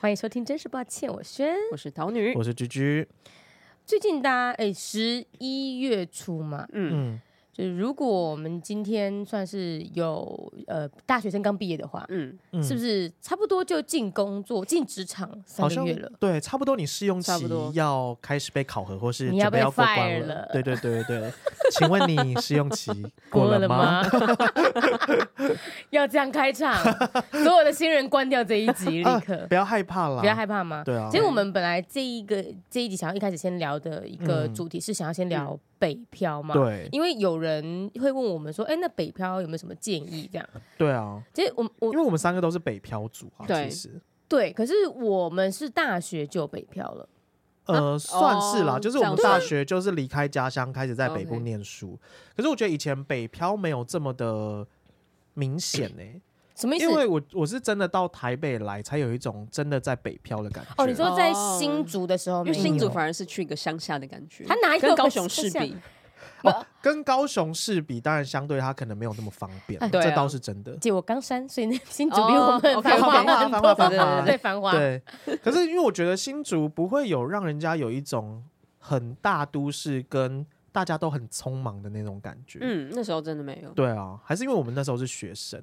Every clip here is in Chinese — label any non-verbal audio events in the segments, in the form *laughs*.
欢迎收听，真是抱歉，我轩。我是桃女，我是居居，最近大家哎，十一月初嘛，嗯，嗯，就是如果我们今天算是有呃大学生刚毕业的话，嗯，嗯是不是差不多就进工作、进职场三好个像月了？对，差不多你试用差不期多要开始被考核，或是你要准备被过关 fire 了对对对对对， *laughs* 请问你试用期过了吗？？啊 *laughs* 要这样开 *laughs* 场，所有的新人关掉这一集，立啊刻不要害怕啦，不要害怕吗？对啊其实我们本来这一个这一集想要一开始先聊的一个嗯主题是想要先聊北漂嘛，对因为有人会问我们说，哎，那北漂有没有什么建议？这样，对啊，其实我我因为我们三个都是北漂族啊，对其实对，可是我们是大学就北漂了，呃算是啦，哦就是我们这样大子学就是离开家乡，开始在北部 OK 念书。可是我觉得以前北漂没有这么的明显呢、什么意思因？为我我是真的到台北来，才有一种真的在北漂的感觉。哦，你说在哦新竹的时候没因嗯为有，新竹反而是去一个乡下的感觉，他哪一个跟高雄市乡比？哦，跟高雄市比，当然相对它可能没有那么方便，哎对啊这倒是真的。姐，我刚删，所以那新竹比我们哦繁华很繁多，华繁华繁 *laughs* 华对繁华，对，可是因为我觉得新竹不会有让人家有一种很大都市跟大家都很匆忙的那种感觉。嗯，那时候真的没有，对啊，还是因为我们那时候是学生，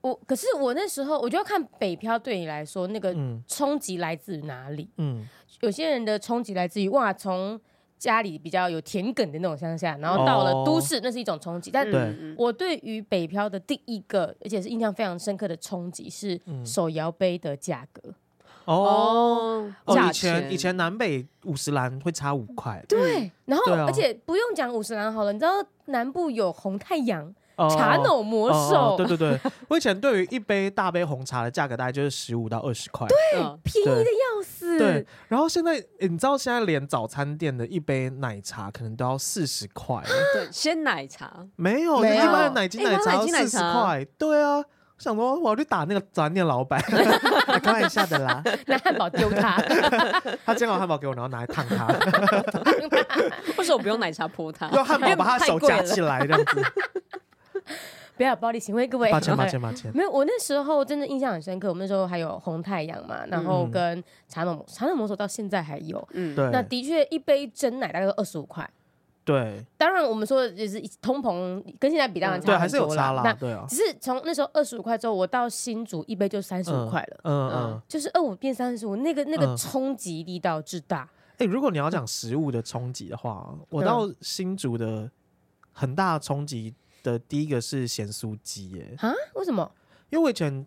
我可是我那时候，我就要看北漂对你来说那个嗯冲击来自于哪里。嗯，有些人的冲击来自于哇，从家里比较有田埂的那种乡下，然后到了哦都市，那是一种冲击。但嗯对嗯我对于北漂的第一个，而且是印象非常深刻的冲击是嗯手摇杯的价格。哦哦，哦，价以前钱以前南北五十岚会差五块，对，然后、对啊而且不用讲五十岚好了，你知道南部有红太阳、哦茶农魔手，哦哦 *laughs* 对对对，我以前对于一杯大杯红茶的价格大概就是十五到二十块，嗯便宜的要死。对，然后现在诶你知道现在连早餐店的一杯奶茶可能都要四十块，对鲜奶茶，没有，就没一般的有奶精一般奶茶奶要精奶四十茶块，对啊，我想说我要去打那个早餐店 *laughs* 老板，开玩笑的啦，拿汉堡丢他， *laughs* 他煎好汉堡给我，然后拿来烫它，为什么不用奶茶泼 *laughs* 它？用汉堡把他的手夹起来这样子，不要有暴力行为，各位。 *laughs* 抱歉抱歉抱歉，没有，我那时候真的印象很深刻。我们那时候还有红太阳嘛，然后跟茶农茶农魔手到现在还有。嗯， *laughs* 那嗯对的确，一杯真奶大概二十五块。对当然，我们说的就是通膨跟现在比，当然嗯差对，很还是有多差啦。啦，那对啊，只是从那时候二十五块之后，我到新竹一杯就三十五块了，嗯嗯嗯。就是二五变三十五，那个那个嗯冲击力道之大。哎、如果你要讲食物的冲击的话，我嗯到新竹的很大的冲击的第一个是咸酥鸡耶、啊？为什么？因为我以前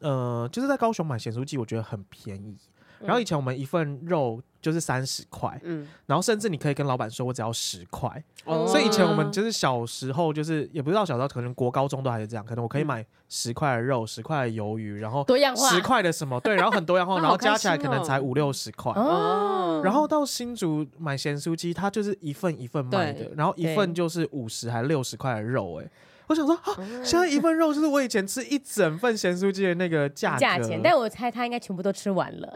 呃就是在高雄买咸酥鸡，我觉得很便宜。然后以前我们一份肉就是三十块，嗯， *laughs* 然后甚至你可以跟老板说我只要十块。哦所以以前我们就是小时候，就是也不知道小时候，可能国高中都还是这样，可能我嗯可以买十块的肉，十块的鱿鱼，然后多样化十块的什么，对，然后很多样化， *laughs* 那然好后开加起来心可能哦才五六十块。哦，然后到新竹买咸酥鸡，它就是一份一份卖的对，然后一份对就是五十还六十块的肉、欸，我想说，啊，现在一份肉就是我以前吃一整份咸酥鸡的那个价格价钱，但我猜他应该全部都吃完了。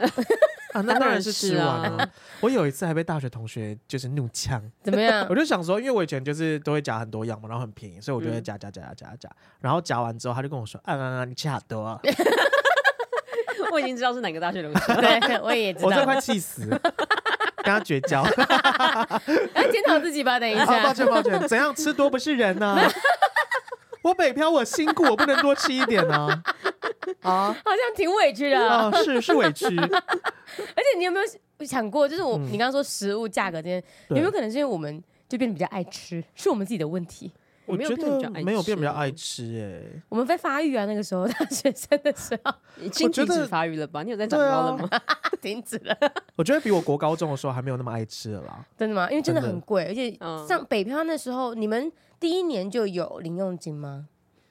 啊，那当然是是吃完啊了、我有一次还被大学同学就是怒呛，怎么样，我？就想说，因为我以前就是都会夹很多样嘛，然后很便宜，所以我就会夹夹夹夹夹夹，然后夹完之后他就跟我说，啊啊啊，你吃好多、啊，我已经知道是哪个大学流行对， *laughs* 我也知道。我这快气死了，跟他绝交。来哎检讨自己吧，等一 *laughs* 啊，下抱。歉抱歉，怎样吃多不是人呢、我北漂，我辛苦，我不能多吃一点呢、好啊。 *laughs* 像挺委屈的，啊，是是委屈，而且你有没有想过，就是我、嗯你刚刚说食物价格这件，有对没有可能是因为我们就变得比较爱吃，是我们自己的问题？我我没有觉变得比较得爱没有变吃比较爱吃欸我们在发育啊，那个时候大学生的时候 *laughs* 已经觉停止得啊发育了吧？你有在长高了吗？ *laughs* 停止了，哎，我觉得比我国高中的时候还没有那么爱吃了啦。真的吗？因为真的真的很贵，而且嗯上北漂那时候，你们第一年就有零用金吗、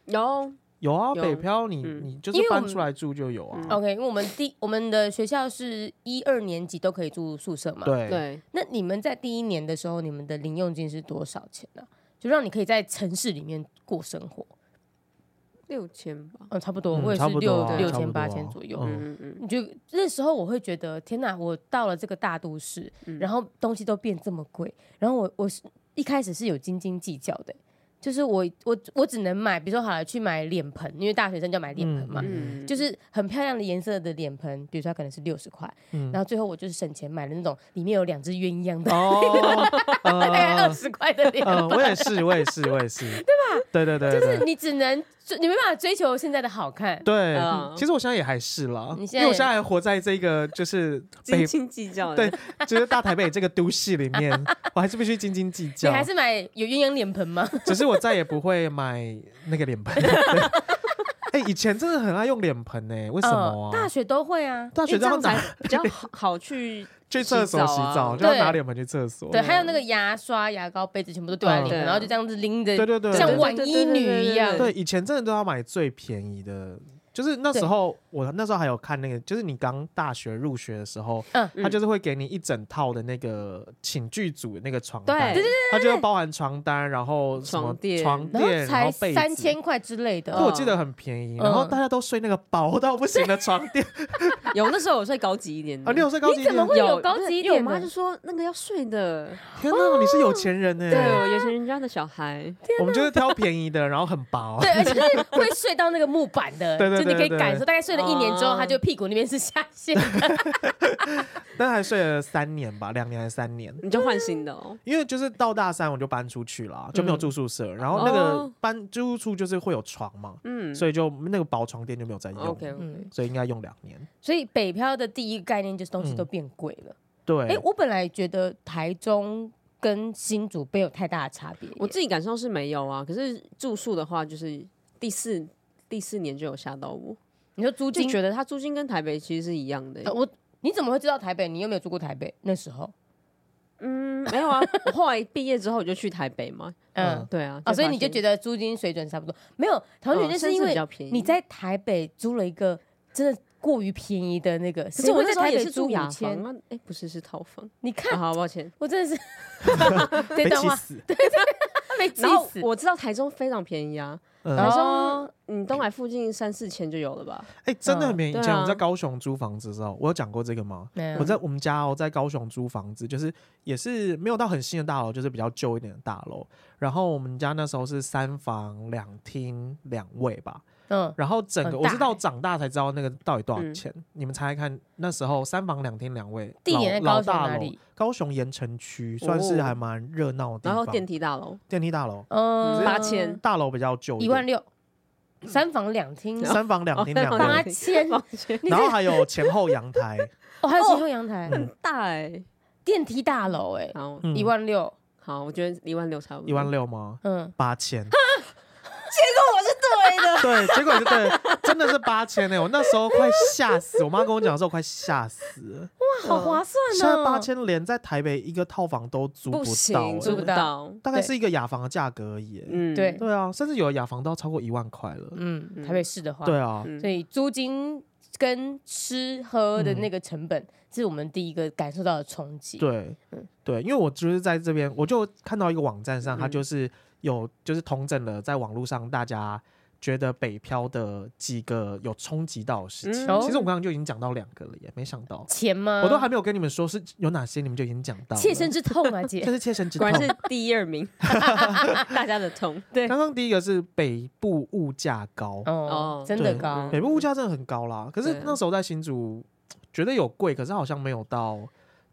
有，有啊，有北漂你嗯你就因为是我搬们哦出来住就有啊嗯。 o k 因为我们第我们的学校是一二年级都可以住宿舍嘛。。对，对，那你们在第一年的时候，你们的零用金是多少钱呢、就让你可以在城市里面过生活，六千吧，嗯，差不多，嗯我也是差不六多啊六差千不多八啊千左右。嗯嗯嗯你就那时候我会觉得，天哪！我到了这个大都市，嗯然后东西都变这么贵，然后我我是一开始是有斤斤计较的，就是我我我只能买，比如说好了去买脸盆，因为大学生就买脸盆嘛，嗯，就是是很漂亮的颜色的脸盆，比如说它可能是六十块，嗯然后最后我就是省钱买了那种里面有两只鸳鸯的，哦， *laughs* 大概二呃，十块的脸呃盆。我也是，我也是，我也是，对吧？对对对，对就是对你只能，你没办法追求现在的好看，对嗯，其实我现在也还是啦，你现在因为我现在还活在这个就是北斤，斤计较的，对，就是大台北这个都市里面，我还是必须斤斤计你较。还是买有鸳鸯脸盆吗？只是我再也不会买那个脸盆。对哎、以前真的很爱用脸盆呢、为什么嗯啊？大学都会啊。大因学为这都要样才拿比较好好去去厕所洗洗澡啊澡，就要对拿脸盆去厕所。对，还有那个牙刷、牙膏、杯子全部都丢在里面，嗯然后就这样子拎着，对对对像晚衣女一样。对，以前真的都要买最便宜的。就是那时候，我那时候还有看那个，就是你刚大学入学的时候，嗯他就是会给你一整套的那个寝具组的那个床对单，对对对它就会包含床单，然后什么床垫床然后垫，然才后被子三千块之类的，对我记得很便宜，然后嗯大家都睡那个薄到不行的床 *laughs* 垫有那时候我睡高级一点的 *laughs* 啊，你有睡高你级一怎点么？会有有高级一因为我点妈的就？说那个要睡 *laughs* 的，天哪，你是有钱人哎、哦对，啊我有钱人家的小孩，啊我们就是挑便宜的，然后很薄。对，而且是会睡到那个木板的， *laughs* 对就对你可以对对感受，大概睡了一年之后，哦他就屁股那边是下陷的。 *laughs* 但还睡了三年吧，两年还是三年。你就换新的哦。因为就是到大三我就搬出去了，啊就没有住宿舍，然后那个嗯哦搬住处就是会有床嘛，嗯所以就那个薄床垫就没有再用， ，OK OK，嗯，所以应该用两年。所以北漂的第一个概念就是东西嗯都变贵了。对，哎，我本来觉得台中跟新竹没有太大的差别耶，我自己感受是没有啊，可是住宿的话，就是第四第四年就有吓到我，你说租就金，觉得它租金跟台北其实是一样的呃欸。我你怎么会知道台北？你又没有住过台北那时候，嗯，没有啊，我后来毕业之后我就去台北嘛，嗯嗯。对啊，啊，所以你就觉得得租金水准差不多，没有桃园那是因哦比为较便宜，你在台北租了一个真的过于便宜的那个，可可是我那在时候台也北是租住雅五房千，啊，哎，不是是套 *laughs* 房，你啊看好抱歉。我 *laughs* 真的是这被段气话死，被气然后死。哦我知道台中非常便宜啊，嗯台然后中你东海附近三四千就有了吧？哎、真的很嗯便宜。以对前我们啊在高雄租房子的时候，我有讲过这个吗？没有我在我们家哦，在高雄租房子，就是也是没有到很新的大楼，就是比较旧一点的大楼。然后我们家那时候是三房两厅两卫吧，嗯，然后整个很我大是到长大才知道那个到底多少嗯钱。你们猜猜看，那时候三房两厅两卫，地点在高老老雄大哪楼里？高雄盐城区算是哦还蛮热闹的地然方。后电梯大楼，电梯大楼，嗯，八千大楼比较旧一一万点，六，三房两厅，嗯三房两哦厅三两房八两卫，厅千。抱歉，你然后这还有前后阳台。哦，还有前后阳台、嗯大哎，电梯大楼，哎，好 *laughs* 嗯一万六，好，我觉得一万六差不多，一万六吗？嗯，八千。结果我是 *laughs* 对的，对，结果是对，真的是八千欸呢。我那时候快吓死，我妈跟我讲的时候快吓死了。哇，好划算现在哦！八千连在台北一个套房都租不到行，租租不不到欸，到，大概是一个雅房的价格而已欸。嗯，对对啊，甚至有的雅房都要超过一万块了。嗯，嗯台北市的话，对啊，嗯所以租金跟吃喝嗯的那个成本是我们第一个感受到的冲击。，对嗯，对，因为我就是在这边，我就看到一个网站上，它嗯就是有就是同整了在网络上大家觉得北漂的几个有冲击到的事情。嗯其实我刚刚就已经讲到两个了耶，没想到。钱呃吗？我都还没有跟你们说是有哪些，你们就已经讲到了切身，之痛啊， *laughs* 这姐。是切身之果痛然。是第二 *laughs* 名，大家的痛。对，刚刚第一个是北部物价高，哦哦，真的对高嗯。北部物价真的很高啦。可是对那时候在新竹，觉得有贵，可是好像没有到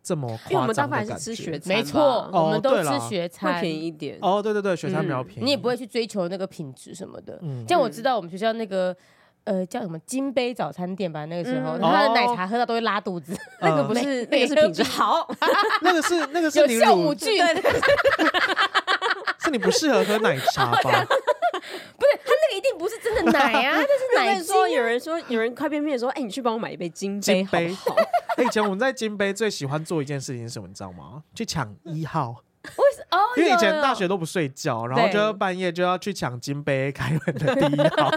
这么因为我夸们大张部分的还感是吃学觉。餐吧，没错，哦我们都对吃啦学餐，会便宜一点。哦，对对对，学餐比较嗯便宜，你也不会去追求那个品质什么的。嗯像我知道我们学校那个。呃，叫什么金杯早餐店吧？那个时候，嗯他的奶哦茶喝到都会拉肚子， *laughs* 那个呃不是，没那个是品质好，那个是 *laughs* 那个是有你酵母乳，菌，对 *laughs* 那个是你不适合喝奶茶 *laughs* 吧？一定不是真的奶 *laughs* 啊，那是奶奶说精。有人说有人快便秘的时候，哎，你去帮我买一杯金杯金好杯不好？ *laughs* 以前我们在金杯最喜欢做一件事情是什么，你知道吗？去抢一号，哦，因为以有前有大学都不睡觉，然后对就要半夜就要去抢金杯开门的第一号。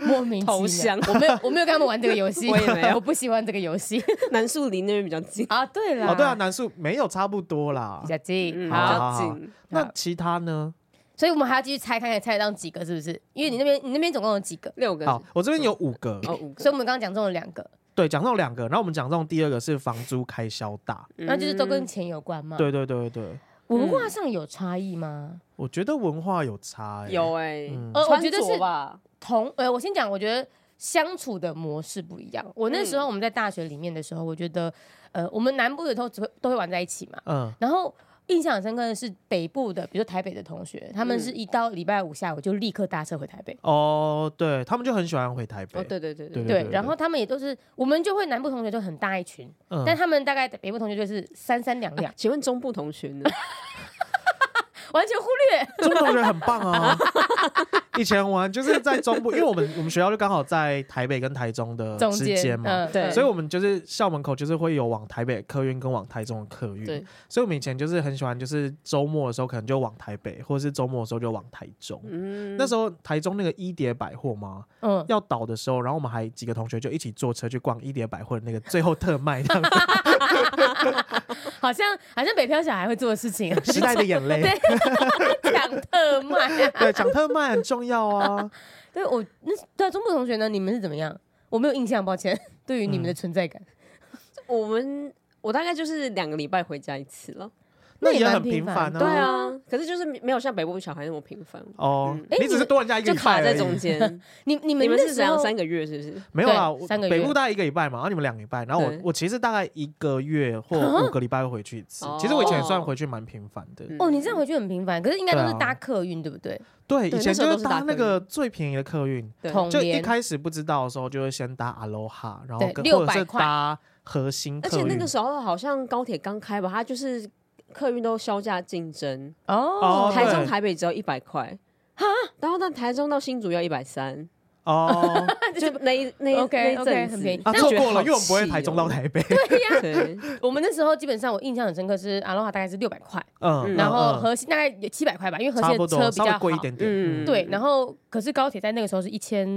莫名投其妙降，我没有，我没有跟他们玩这个游戏，我也没有我不喜欢这个游 *laughs* 戏南树林那边比较近，啊。对啦，哦，对啊，南树没有差不多啦比。较近，嗯，比好，较近。那其他呢？所以我们还要继续猜，看看猜得到几个，是不是？因为你那边，你那边总共有几个？六个好，我这边有五个，哦，五所以个，我们刚刚讲中了两个，对，讲到两个，然后我们讲中第二个是房租开销大，然后就是都跟嗯钱有关嘛。对对对对对，文化上有差异吗？我觉得文化有差、欸，有哎、嗯呃我穿觉得是着吧，同呃，我先讲，我觉得相处的模式不一样。我那时候嗯我们在大学里面的时候，我觉得呃，我们南部的都只会都会玩在一起嘛。嗯，然后印象很深刻的是北部的，比如说台北的同学，他们嗯是一到礼拜五下午就立刻搭车回台北。哦，对他们就很喜欢回台北，哦，对对对对对，对，然后他们也都是，我们就会南部同学就很大一群，嗯，但他们大概北部同学就是三三两两，请问中部同学 *laughs* 呢？完全忽略。中同学很棒啊！以前玩就是在中部，因为我们我们学校就刚好在台北跟台中的中之间间嘛，嗯对所以我们就是校门口就是会有往台北的客运跟往台中的客运对，所以我们以前就是很喜欢，就是周末的时候可能就往台北，或者是周末的时候就往台中。嗯，那时候台中那个一叠百货嘛，嗯，要倒的时候，然后我们还几个同学就一起坐车去逛一叠百货的那个最后特卖，这样好像好像北漂小孩会做的事情，时代的眼泪，抢特卖。啊对，讲特卖很重要啊。 *laughs* 对我那对啊中部同学呢，你们是怎么样？我没有印象，抱歉，对于你们嗯的存在感。我们我大概就是两个礼拜回家一次了。那那也也蛮很频频繁繁的啊，对啊，可是就是没有像北部小孩那么频繁，哦，嗯诶你只你是们多人家一个就礼卡拜而在已中间。你你 *laughs* 你们们那是时怎样？候三个月是不是？没有啦，对我三个月北部大概一个礼拜嘛，然后你们两个礼拜，然后我对我其实大概一个月或五个礼拜会回去一次哦。其实我以前也算回去蛮频繁的，嗯哦，你这样回去很频繁，可是应该都是对啊搭客运，对不对？对，对以前那时候就都是搭搭客那个最便宜的客运，对统就一联开始不知道的时候就会先搭阿罗哈，然后对跟600或者是块搭核心而客且运。那个时候好像高铁刚开吧，它就是客运都削价竞争，哦哦台对中、台北只要一百块，哈，然后但台中到新竹要一 *laughs* 百三，哦，啊就那一那一 OK，那一阵 OK，子很便宜啊错过了，因为我们们不会台中哦到台北。 *laughs* *laughs* *laughs* 对，我们那时候基本上我印象很深刻是阿罗哈大概是六百块，嗯，然后嗯核心大概有七百块吧，因为核差心不的车多比稍较微好。贵一点点，嗯嗯，对，然后可是高铁在那个时候是一千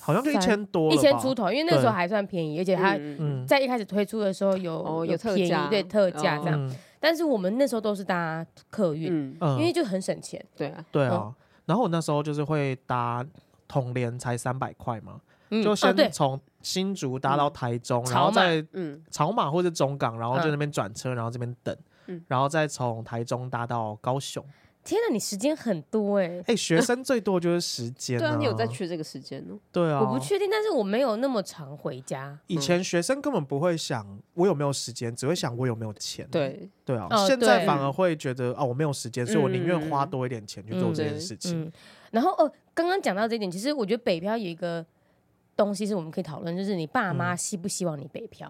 好像就一千多，一千出，头，因为那个时候对还算便宜，而且它嗯嗯，在一开始推出的时候有、哦有特便宜价对特价这样，嗯但是我们那时候都是搭客运，嗯，嗯因为就很省钱。对啊，对啊嗯，然后我那时候就是会搭统联才三百块嘛，嗯就哦对先从新竹搭到台中，嗯然后草马再嗯草马或者中港，然后就嗯那边转车，然后这边等嗯，然后再从台中搭到 *laughs* 高雄。天哪，你时间很多哎、哎，学生最多就是时间，对啊，你有在？去这个时间哦？对啊，我不。确定，但是我没有那么常回家。以前学生根本不会想我有没有时间，只会想我有没有钱。对，对啊，哦现在对反而会觉得哦，我没有时间，所以我宁愿花嗯多一点钱去做这件事情。嗯，然后哦，刚刚讲到这一点，其实我觉得北漂有一个东西是我们可以讨论，就是你爸嗯妈希不希望你北漂？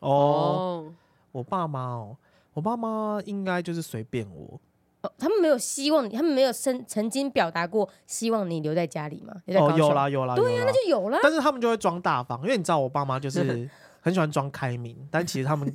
哦，哦，我爸妈哦，我爸妈应该就是随便我，哦，他们没有希望你，他们没有曾曾经表达过希望你留在家里吗？留在高哦，雄有啦有啦，对呀、那就有啦。但是他们就会装大方，因为你知道我爸妈就是很喜欢装开明，但其实他们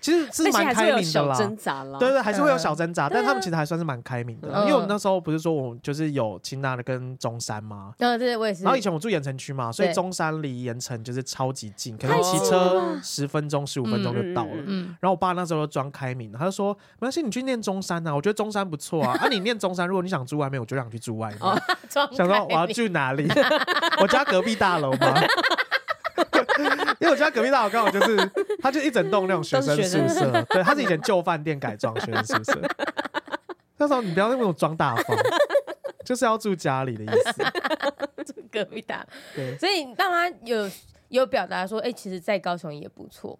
其实是但是蛮还是会开有明的小啦挣。扎啦，对对，还是会有嗯小挣扎，但他们其实还算是蛮开明的嗯啦。因为我们那时候不是说我就是有清大的跟中山吗？嗯，对，我也是。然后以前我住盐城区嘛，所以对中山离盐城就是超级近，可太能骑近了车吧十分钟、十五分钟就到了嗯嗯。 *laughs* 嗯，然后我爸那时候就装开明，他就说：“没关系，你去念中山呐、啊，我觉得中山不错啊。啊，你念中山，如果你想住外面，我就想去住外面。哦装想说开我要明住哪里？ *laughs* 我家隔壁大楼吗？ *laughs* 因为我家隔壁大楼刚好就是，它就一整栋那种学生都是学宿生舍，对，它是以前旧饭店改装学生宿舍。那时候你不要那种装大方，就是要住家里的意住思。隔壁大，对，所以你爸妈有有表达说，哎、其实，在高雄也不错。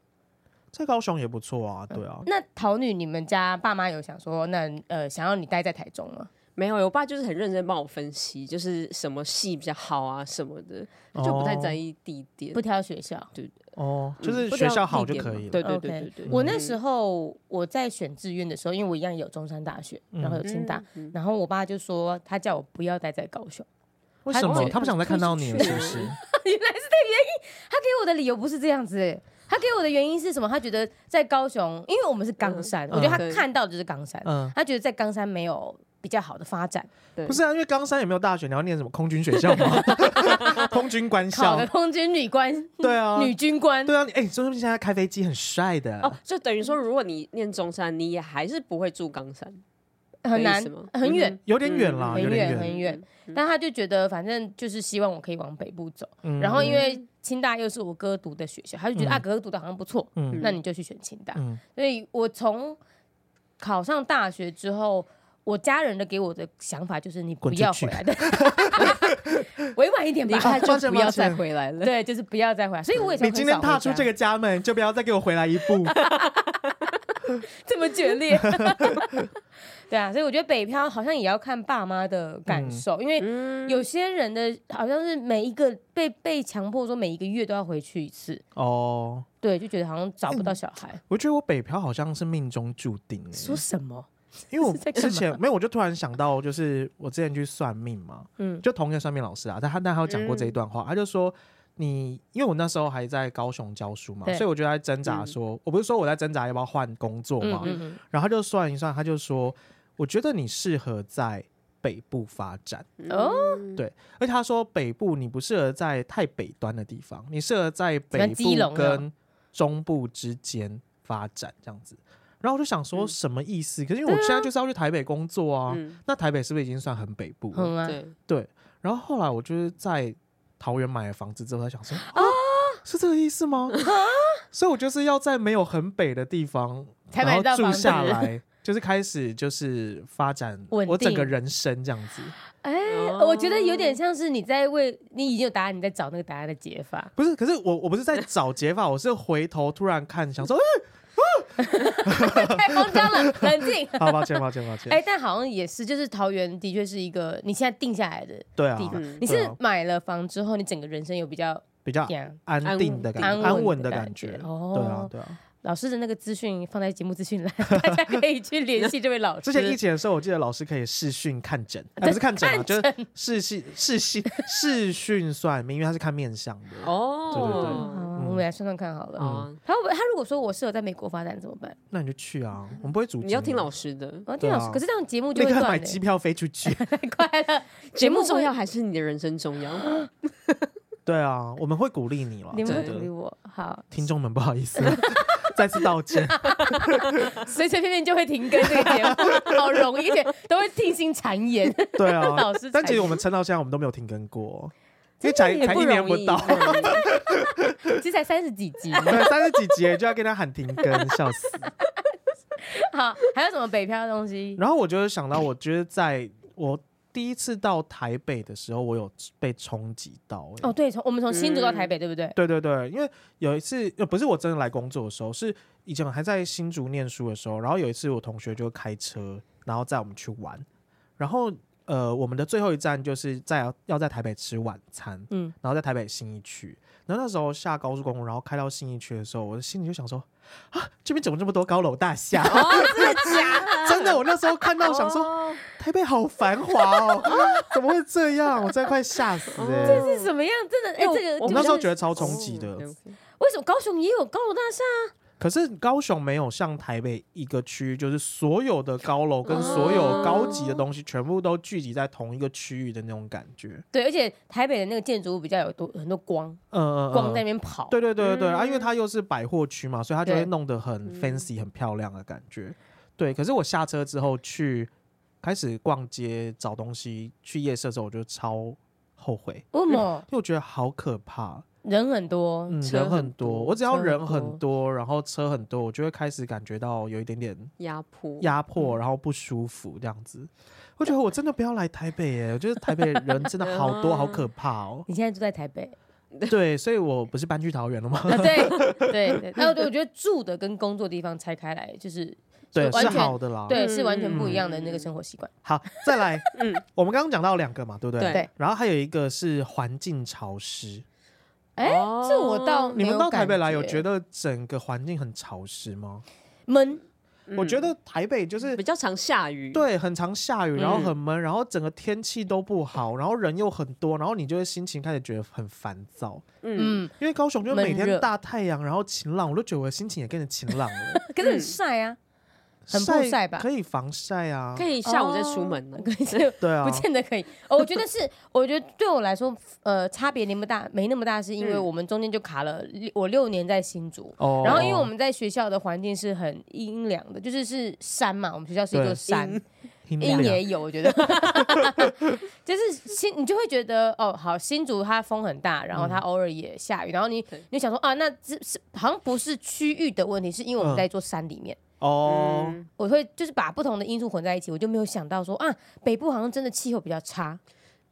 在高雄也不错啊，对啊，那桃女，你们家爸妈有想说，那呃，想要你待在台中吗？没有，我爸就是很认真帮我分析，就是什么戏比较好啊什么的，他就不太在意地点，不挑学校。哦，就嗯是不知学道校好就地点可嘛以了。对对对 OK 对对，我那时候我在选志愿的时候，因为我一样有中山大学，然后有清大，嗯然后我爸就说他叫我不要待在高雄， *laughs* 为什他么就他不想再看到你了？是不是？原来是这个原因。他给我的理由不是这样子、欸，他给我的原因是什么？他觉得在高雄，因为我们是冈山，嗯我觉得他嗯看到的就是冈山，嗯，他觉得在冈山没有比较好的发展，对不是啊，因为冈山也没有大学，你要念什么空军学校 *laughs* 吗？空军官考校个，空军女官、对啊，女军官。对啊，你哎，说不定现在开飞机很帅的哦，就等于说，如果你念中山，你也还是不会住冈山，很难的意思吗很远嗯有点远啦，很有点远很远。但他就觉得，反正就是希望我可以往北部走。嗯然后因为清大又是我哥读的学校，他就觉得嗯啊，哥哥读的好像不错，嗯那你就去选清大。嗯所以我从考上大学之后，我家人的给我的想法就是你不滚出要去回来的， *laughs* 委婉一点离吧。开就抱歉不抱要再歉回 *laughs* 来了。对，就是不要再回来。所以我也你今天踏出这个个家门，就不要再给我回来一步。 *laughs* 这么决 *laughs* 裂，对啊，所以我觉得北漂好像也要看爸妈的感受，因为嗯，有些人的好像是每一个被被强迫说每一个月都要回去一次，哦，对，就觉得好像找不哎到小孩。我觉得我北漂好像是命中注定欸，说什么？因为我在干之嘛前没有，我就突然想到，就是我之前去算命嘛，嗯就同一个算命老师啊，但他但他有讲过这一段话，他就说你，因为我那时候还在高雄教书嘛，对所以我就在挣扎嗯说，我不是说我在挣扎要不要换工作嗯嘛，嗯嗯，然后他就算一算，他就说，我觉得你适合在北部发展，嗯哦，而且他说北部你不适合在太北端的地方，你适合在喜北欢基部隆的跟中部之间发展这样子。然后我就想说嗯什么意思？可是因为嗯我现在就是要去台北工作啊，嗯，那台北是不是已经算很北部了？嗯啊，对，然后后来我就是在桃园买了房子之后，才想说哦啊，是这个意思吗？ *laughs* 所以我就是要在没有很北的地方，才然买后到住房子下来，就是开始就是发展稳我整个定人生这样子。哎、哦我觉得有点像是你在为你已经有答案，你在找那个答案的解法。 *laughs* 不是，可是我我不是在找解法，我是回头突然看，想说，太慌张了，冷 *laughs* 静。哎，好抱歉，抱歉，抱歉，哎、但好像也是，就是桃园的确是一个你现在定下来的对啊地，方。嗯你对是啊买了房之后，你整个人生有比较比较这样安定的感安觉，安稳的感觉觉。，对啊哦，，对啊。老师的那个资讯放在节目资讯栏，大家可以去联系这位老师。之前疫情的时候，我记得老师可以视讯看诊，哎不是看诊啊，就是视讯、视讯、视讯算命，因为他是看面相的。哦嗯哦，哦，我们来算算看好了。哦，他会不会？他如果说我适合在美国发展怎么办？那你就去啊，我们不会阻止。你要听老，师的，我对听啊老师，可是这样节目就立会刻断欸买了机票飞出去。 *laughs* 太快 *laughs* 了。节目会重要，还是你的人生重要？对啊，我们会鼓励你了。 *laughs* 你们会鼓真的励我，好，听众们，不好意思， *laughs* 再次道歉。随随便便就会停更这个节目，好容易，而且都会听信谗言。 *laughs* 对啊，老师但才其实我们撑到现在，我们都没有停更过，因真为的才也才不一年容不 *laughs* 易，到，其实才三十几 *laughs* 集呢，对，三十几集就要跟他喊停更，笑死。好，还有什么北漂的东西？然后我就想到，我觉得在我第一次到台北的时候，我有被冲击到、欸。哦，对，从我们从新竹到嗯台北，对不对？对对对，因为有一次，呃，不是我真的来工作的时候，是以前我还在新竹念书的时候，然后有一次我同学就开车，然后载我们去玩，然后呃，我们的最后一站就是在要在台北吃晚餐，嗯，然后在台北信义区，然后那时候下高速公路，然后开到信义区的时候，我心里就想说，啊，这边怎么这么多高楼大厦？哦，真的假的？ *laughs* 真的，我那时候看到想说，哦，台北好繁 *laughs* 华哦，怎么会这样？我真的快吓死哎、哦这是什么样？真的，哎，哎我这个我我哦这那个时候就是觉得超冲击的， OK，OK 为什么高雄也有高楼大厦？可是高雄没有像台北一个区，就是所有的高楼跟所有高级的东西全部都聚集在同一个区域的那种感觉。对，而且台北的那个建筑物比较有多很多光，嗯嗯光在那嗯。边跑。对对对对对、啊，嗯因为它又是百货区嘛，所以它就对会弄得很嗯 fancy、很漂亮的感觉。对，可是我下车之后去开始逛街找东西，去夜市的时候，我就超后悔，为什么因为我觉得好可怕。人很多？嗯，车人很很多，多我只要车人很很多，然后车很多，我就会开始感觉到有一点点压迫，压嗯迫，然后不舒服这样子。我觉得我真的不要来台北耶，我觉得台北人 *laughs* 真的好多，嗯。好可怕哦 *laughs* 你现在住在台北？ *laughs* 对，所以我不是搬去桃园了吗？ *laughs* 啊，对对对。那我我觉得住的跟工作地方拆开来，就是对，完是全好的啦。对，是完全不一样的嗯那个生活习惯。好，*laughs* 再来，嗯我们刚刚讲到两个嘛，对不对？对对。然后还有一个是环境潮湿，哎，这我倒哦你没们有到台北感来有觉觉得整个环境很潮湿吗？闷，嗯我觉得台北就是比较常下雨，，对，很常下雨，然后嗯很闷，然后整个天气都不好，然后人又很多，然后你就会心情开始觉得很烦躁。嗯，嗯，因为高雄就闷每天热大太阳，然后晴朗，我都觉得我的心情也跟着晴朗了。可是很晒啊， *laughs* 很不晒吧可以防晒啊，可以下午再出门呢，可是对啊不，见得可以。哦，我觉得是，我觉得对我来说，呃，差别那么大，没那么大，是因为嗯我们中间就卡了六我六年在新竹，哦然后因为我们在学校的环境是很阴凉的，就是是山嘛，我们学校是一对座山，阴阴凉也有，我觉得， *laughs* 就是新你就会觉得哦，好，新竹它风很大，然后它嗯偶尔也下雨，然后你对嗯你就想说啊，那这是好像不是区域的问题，是因为我们在一座山里面，哦，嗯我会就是把不同的因素混在一起，我就没有想到说啊，北部好像真的气候比较差。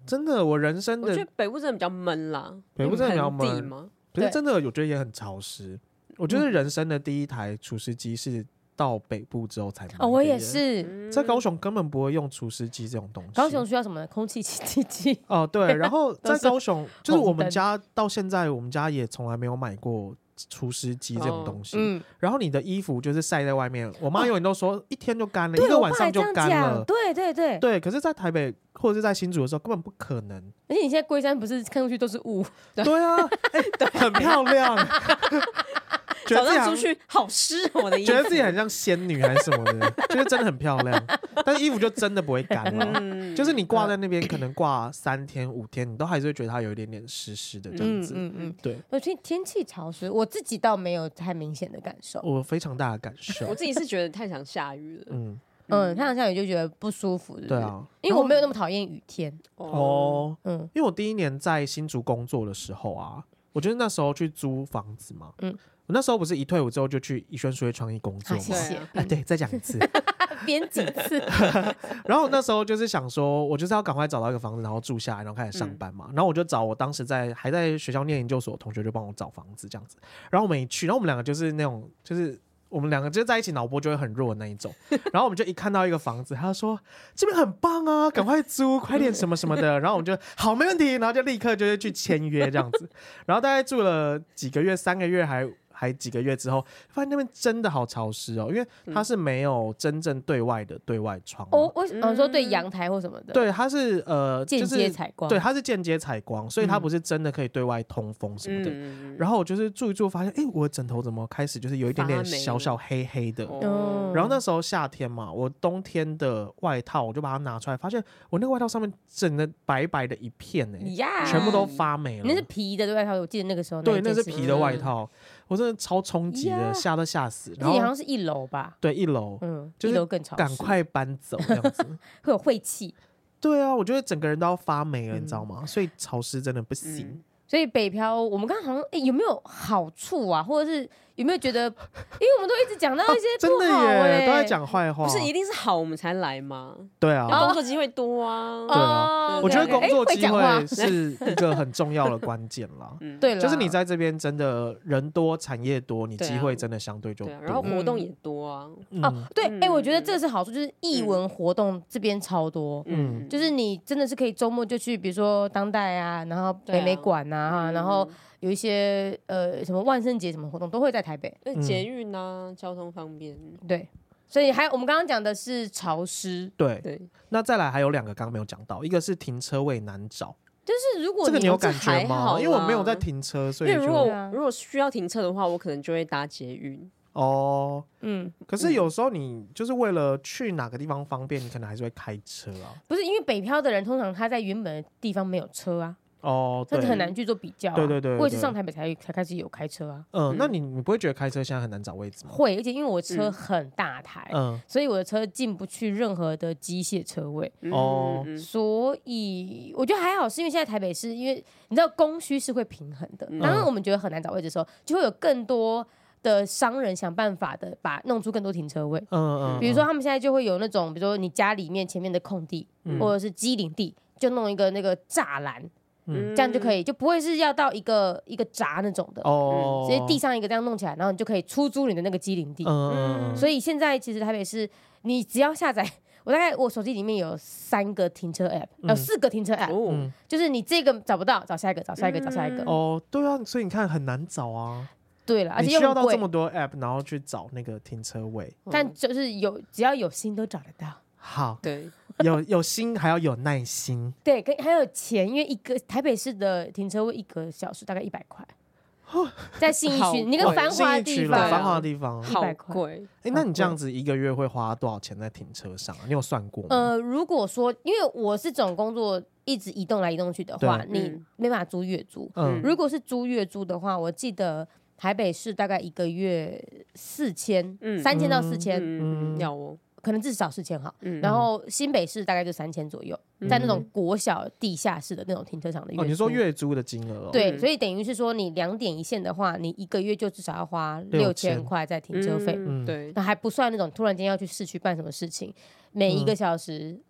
真的，我人生我觉的得北部真的比较闷啦，北部真的比较因为盆地闷嘛。可是对嗯真的，我觉得也很潮湿。我觉得人生的第一台除湿机是到北部之后才买哦，我的也耶，是。嗯在高雄根本不会用除湿机这种东西。高雄需要什么呢？空气清新机。哦， *laughs* 对，然后都在是高雄，就是我红们灯家到现在，我们家也从来没有买过除湿机这种哦东西。嗯，然后你的衣服就是晒在外面，我妈永远都说一天就干了，一对，个我晚爸上也这就样干讲。了。对对对，对，可是，在台北或者是在新竹的时候，根本不可能。而且你现在龟山不是看出去都是雾，对啊，哎很漂 *laughs* 亮，觉早得自己上好出像去好湿，我的衣服。觉得自己很像仙女还是什么的， *laughs* 就是真的很漂亮，但是衣服就真的不会干了。嗯就是你挂在那边，可能挂三天五天，你都还是会觉得它有一点点湿湿的这样嗯子。嗯嗯，对，我觉得天气潮湿，我自己倒没有太明显的感受。我非常大的感受我。自己是觉得太想下雨了。嗯，嗯，太阳下雨就觉得不舒服，是不对是，啊，因为我没有那么讨厌雨天。哦，哦，嗯因为我第一年在新竹工作的时候啊，我就是那时候去租房子嘛，嗯嗯，我那时候不是一退伍之后就去宜轩书业创意工作啊嘛，谢对谢啊，啊对，再讲一次。编几 *laughs* 次，然后我那时候就是想说，我就是要赶快找到一个房子，然后住下来，然后开始上班嘛。然后我就找我当时在还在学校念研究所的同学，就帮我找房子这样子。然后我们一去，然后我们两个就是那种就是。我们两个就在一起，脑波就会很弱的那一种。然后我们就一看到一个房子，他就说这边很棒啊，赶快租，快点什么什么的。然后我们就好，没问题，然后就立刻就是去签约这样子。然后大概住了几个月，三个月还还几个月之后，发现那边真的好潮湿哦，因为它是没有真正对外的对外窗哦嘛。哦我我想说对阳台或什么的，，对，它是呃，间就是接采光，嗯对，它是间接采光，所以它不是真的可以对外通风什么的。嗯，然后我就是住一住，发现哎、诶我的枕头怎么开始就是有一点发点霉小了小黑黑的。哦然后嗯那时候夏天嘛，我冬天的外套我就把它拿出来，发现我那个外套上面整的白白的一片哎、呀，全部都发霉了那。是皮的对外套，我记得那个时候对，那那一是件皮的外嗯套，我真的超冲击的，呀吓都吓死。而然且嗯好后像是一楼吧，对一楼，嗯，就是一楼更潮湿，赶快搬走这样子。会有晦气。对啊，我觉得整个人都要发霉了，你知嗯道吗？所以潮湿真的不行。所以北漂，我们刚刚好像哎、有没有好处啊，或者是有没有觉 *laughs* 得，因为我们都一直讲到一些哦啊真不的好哎、耶，都在讲坏话。不是一定是好我们才来吗？对啊，哦工作机会多啊。对啊哦我觉得对对工对作哎会机讲话嗯会是一个很重要的关键啦。对了，啊就是你在这边真的人多，产业多，你对啊机会真的相对就对啊，多。嗯然后活动也多啊。哦，对，哎、嗯我觉得这是好处，就是艺文活动这边超多。嗯就是你真的是可以周末就去，比如说当代啊，然后对啊北美馆啊，哈然嗯嗯后有一些呃什么万圣节什么活动都会在台北。那捷运啊，交通方便。对，所以还有我们刚刚讲的是潮湿，对，对，那再来还有两个刚刚没有讲到，一个是停车位难找，就是如果这个你有这感还觉吗？好因为我没有啦在停车，所因以为就如果对啊如果需要停车的话，我可能就会搭捷运。哦，嗯，可是有时候你就是为了去哪个地方方便，你可能还是会开车啊。不是因为北漂的人通常他在原本的地方没有车啊，哦，他对，就很难去做比较、啊。对对对对我也是对上台北才才开始有开车啊，嗯，那你你不会觉得开车现在很难找位置吗？会，而且因为我车嗯很大台，嗯，所以我的车进不去任何的机械车位。嗯哦嗯所以我觉得还好，是因为现在台北市，因为你知道供需是会平衡的。嗯当然，我们觉得很难找位置的时候，就会有更多的商人想办法的把弄出更多停车位。嗯嗯，比如说，他们现在就会有那种，比如说你家里面前面的空地，嗯或者是机林地，就弄一个那个栅栏，嗯这样就可以。以，就不会是要到一个一个闸那种的，哦，直接地上一个这样弄起来，然后你就可以出租你的那个机林地。嗯，嗯嗯，所以现在其实台北市，你只要下载， *laughs* 我大概我手机里面有三个停车 app，有嗯四个停车 app，、哦，就是你这个找不到，找下一个，找下一个，找下一个。嗯哦，对啊，所以你看很难找啊，对了，而你且又需要很到这贵么，多 app，然后去找那个停车位。哦但就是有只要有心都找得到。好，对，有有心还要有耐心 *laughs* 对，跟还有钱，因为一个台北市的停车位一个小时大概一百块，在信义好区，你那一个个哇繁哦信华义区地啦方，嗯繁华的地方。 100好块贵。哎，那你这样子一个月会花多少钱在停车上啊？你有算过吗？呃，如果说因为我是总工作一直移动来移动去的话，对你嗯没办法租月租。嗯如果是租月租的话，我记得台北市大概一个月四千、嗯三千到四千，嗯，要哦。可能至少四千好，嗯然后新北市大概就三千左右，在那种国小地下室的那种停车场的月租。嗯哦，你说月租的金额、哦？对，嗯所以等于是说你两点一线的话，你一个月就至少要花六六千千块在停车费，嗯嗯对，那还不算那种突然间要去市区办什么事情，每一个小时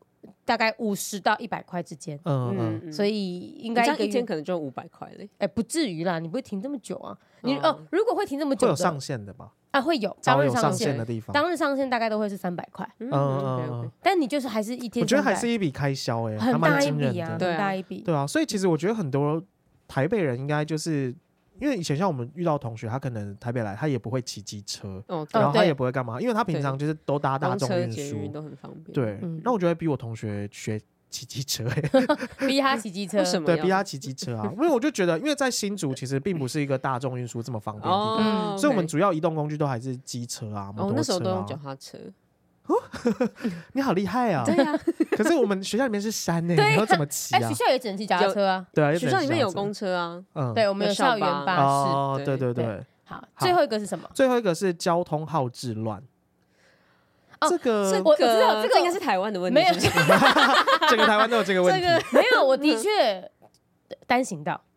大概五十到一百块之间，嗯嗯，所以以应该一个一月天可能就五百块嘞，哎不至于啦，你不会停这么久啊？你哦哦，如果会停这么嗯会久有的上限的吧？啊，会有找当有日上上限线，的地方。当日上线大概都会是三百块，嗯嗯嗯嗯，但你就是还是一天300，我觉得还是一笔开销哎、还很蛮大一惊人笔啊，的。对很啊大一笔。对啊，所以其实我觉得很多台北人应该就是因为以前像我们遇到同学，他可能台北来，他也不会骑机车，哦，嗯然后他对也不会干嘛，因为他平常就是都搭大公众车、运捷运输。都很方便，，对嗯，那我觉得比我同学学骑 *laughs* 机车、欸，逼他骑机车为，什么对要比他骑机车啊，因为我就觉得，因为在新竹其实并不是一个大众运输这么方便的地方。哦，所以，我们 OK 主要移动工具都还是机车啊、摩哦那托时候车都啊用。脚踏车，你好厉害啊！对呀，可是我们学校里面是山呢、你要怎么骑哎，啊学？校也只能骑脚踏车啊。对啊，学校里面有工，公车啊，嗯，对，我们有有校校园巴巴士。哦，对对对对对。好，好最后一个是什么？最后一个是交通号志乱，哦这这个我我知道这个应该是台湾的问题，没有是不是整个台湾都有这个问这题。个没有，我的确单行道。嗯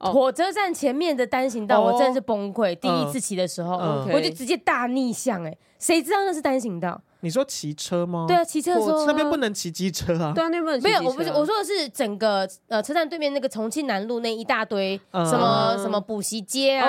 哦火车站前面的单行道，哦我真的是崩溃。第一次骑的时候，嗯我就直接大逆向，哎，谁知道那是单行道？你说骑车吗？对，啊，骑车的时候啊那哦边不能骑机车啊。对啊，那不能骑没有，机我不是车啊我说的是整个呃车站对面那个重庆南路那一大堆嗯什么什么补习街啊，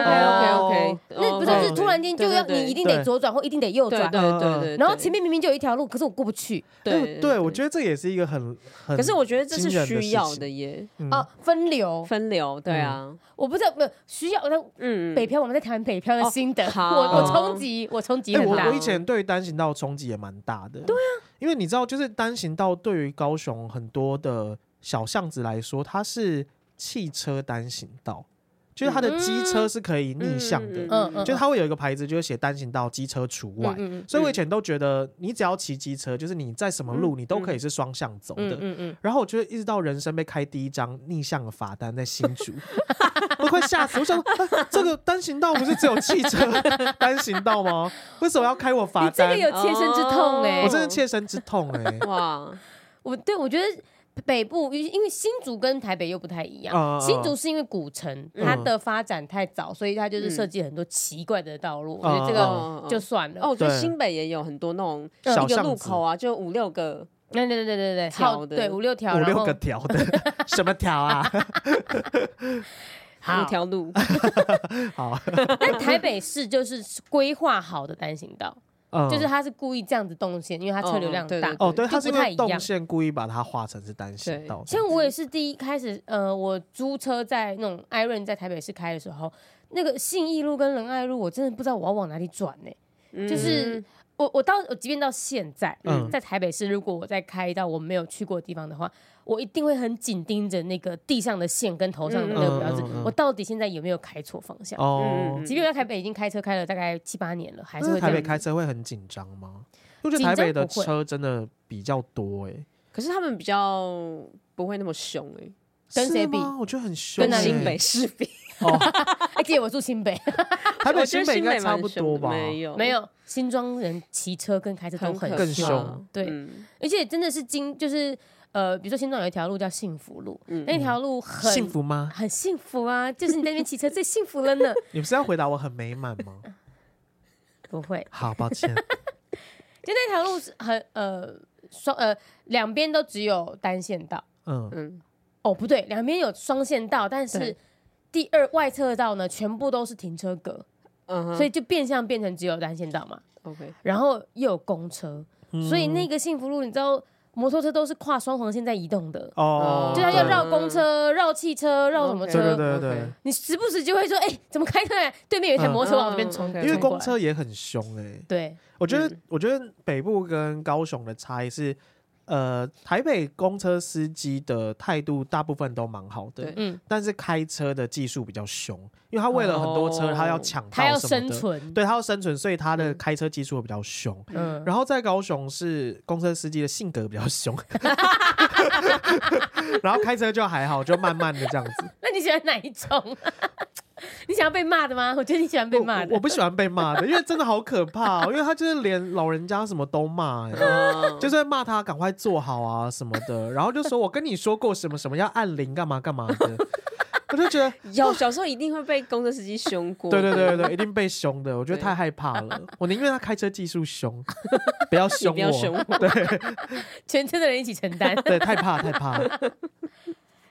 OK，OK，OK，哦那不是哦就是突然间就要对对对你一定对得左转或一定得右对对转，哦对对对，然后前面明明就有一条路，可是我过不去哎对对，我觉得这也是一个很很。可是我觉得这是惊人的事需要情的耶，嗯哦，分流，分嗯流对啊，我不知道不需要那嗯，北漂，我们在谈北漂的心得，哦好我我冲击我冲击嗯哎，很我大我，以前对于单行道冲击也蛮大的。对啊，因为你知道，就是单行道对于高雄很多的小巷子来说，它是汽车单行道，就是它的机车是可以逆向的，嗯嗯就是它会有一个牌子，就是写单行道机车除外。嗯所以我以前都觉得，你只要骑机车，就是你在什么路，你都可以是双向走的。嗯嗯，然后我觉得一直到人生被开第一张逆向的罚单在新竹， *laughs* 我快吓死！我想说、啊这个单行道不是只有汽车 *laughs* 单行道吗？为什么要开我罚你这单个？有切身之痛哎、哦我真的切身之痛哎、 *laughs* 欸！ *laughs* 哇，我对我觉得。北部因因为新竹跟台北又不太一样，嗯嗯嗯新竹是因为古城、它嗯的发展太早，所以它嗯就是设计很多奇怪的道路，我觉得这个哦就算了。哦，哦，我觉得对新北也有很多那种嗯小一个巷路子口啊，就五六个，对对对对对，条好，的对五六条，五然六后个条的 *laughs* 什么条啊？ *laughs* 好五条路，好，但台北市就是规划好的单行道，嗯就是它是故意这样子动线，因为它车流量嗯嗯对大对。哦，对，它就是不因太为一动样。线故意把它划成是单行道。像我也是第一开始，呃，我租车在那种艾润在台北市开的时候，那个信义路跟仁爱路，我真的不知道我要往哪里转呢、嗯就是我我到我即便到现在，嗯在台北市，如果我再开到我没有去过的地方的话，我一定会很紧盯着那个地上的线跟头上的那个标志，嗯嗯嗯嗯我到底现在有没有开错方向？哦，即便在台北已经开车开了大概七八年了，还是那会嗯台这北样开车会很紧张吗？因为我觉得台北的紧张不会车真的比较多哎、欸。可是他们比较不会那么凶哎，跟是谁比吗我觉得很凶、跟哪欸。哦里新北市比， *laughs* 哎，记得我住新北，台北我觉新得北应新该北差蛮不凶多的吧？没 *laughs* 有没有新庄人骑车跟开车都哦很很可更怕凶，对嗯而且真的是经就是呃，比如说新庄有一条路叫幸福路，嗯那条路很幸福吗？很幸福啊，就是你在那边骑车最幸福了呢。 *laughs* 你不是要回答我很美满吗？不会，好，抱歉。就那条路是很呃双呃两边都只有单线道，嗯，嗯，哦不对，两边有双线道，但是对第二外侧道呢全部都是停车格，嗯所以以就变相变成只有单线道嘛， OK，然后又有公车， *laughs* 嗯所以那个幸福路你知道摩托车都是跨双黄线在移动的。哦，就它要对绕公车、绕汽车、绕什么哦 OK 车对对对对 OK 对，你时不时就会说，哎、怎么开车来？对面有一台摩托车往这边嗯冲，嗯嗯因为冲过公来车也很凶哎。对，我觉嗯得，我觉得北部跟高雄的差异是，呃，台北公车司机的态度大部分都蛮好的对，嗯，但是开车的技术比较凶，因为他为了很多车，哦他要抢到他要什么生的，存，对，他要生存，所以他的开车技术会比较凶。嗯，然后在高雄是公车司机的性格比较 *laughs* 凶，然后开车就还好，就慢慢的这样子。那你喜欢哪一种？ *laughs* 你想要被骂的吗？我觉得你喜欢 *laughs* 被骂我，我的。不喜欢被骂的，因为真的好可怕、哦，因为他就是连老人家什么都骂、欸，哦嗯就是会骂他赶快做好啊什么的，然后就说我跟你说过什么什么要按铃干嘛干嘛的，我就觉得 *laughs* 有小时候一定会被公车司机凶过，对对对 *laughs* 对对，一定被凶的，我觉得对太害怕了，我宁愿他开车技 *laughs* 术凶，不要你凶不要凶我，我， *laughs* 全车的人一起承担。对，太怕太怕， *laughs*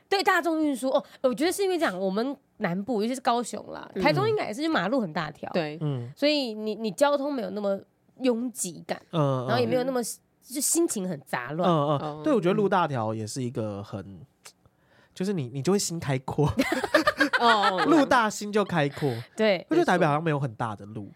对大众运输哦，我觉得是因为这样，我们南部尤其是高雄啦，嗯台中应该也是，就马路很大条，，对，嗯所以你你交通没有那么拥挤感，嗯，然后也嗯没有那么就心情很杂乱。哦嗯嗯，对，嗯我觉得路大条也是一个很，就是你你就会心开 *laughs* 阔， *laughs* 哦，路大心就开阔。对，我觉得台北好像没有很大的路，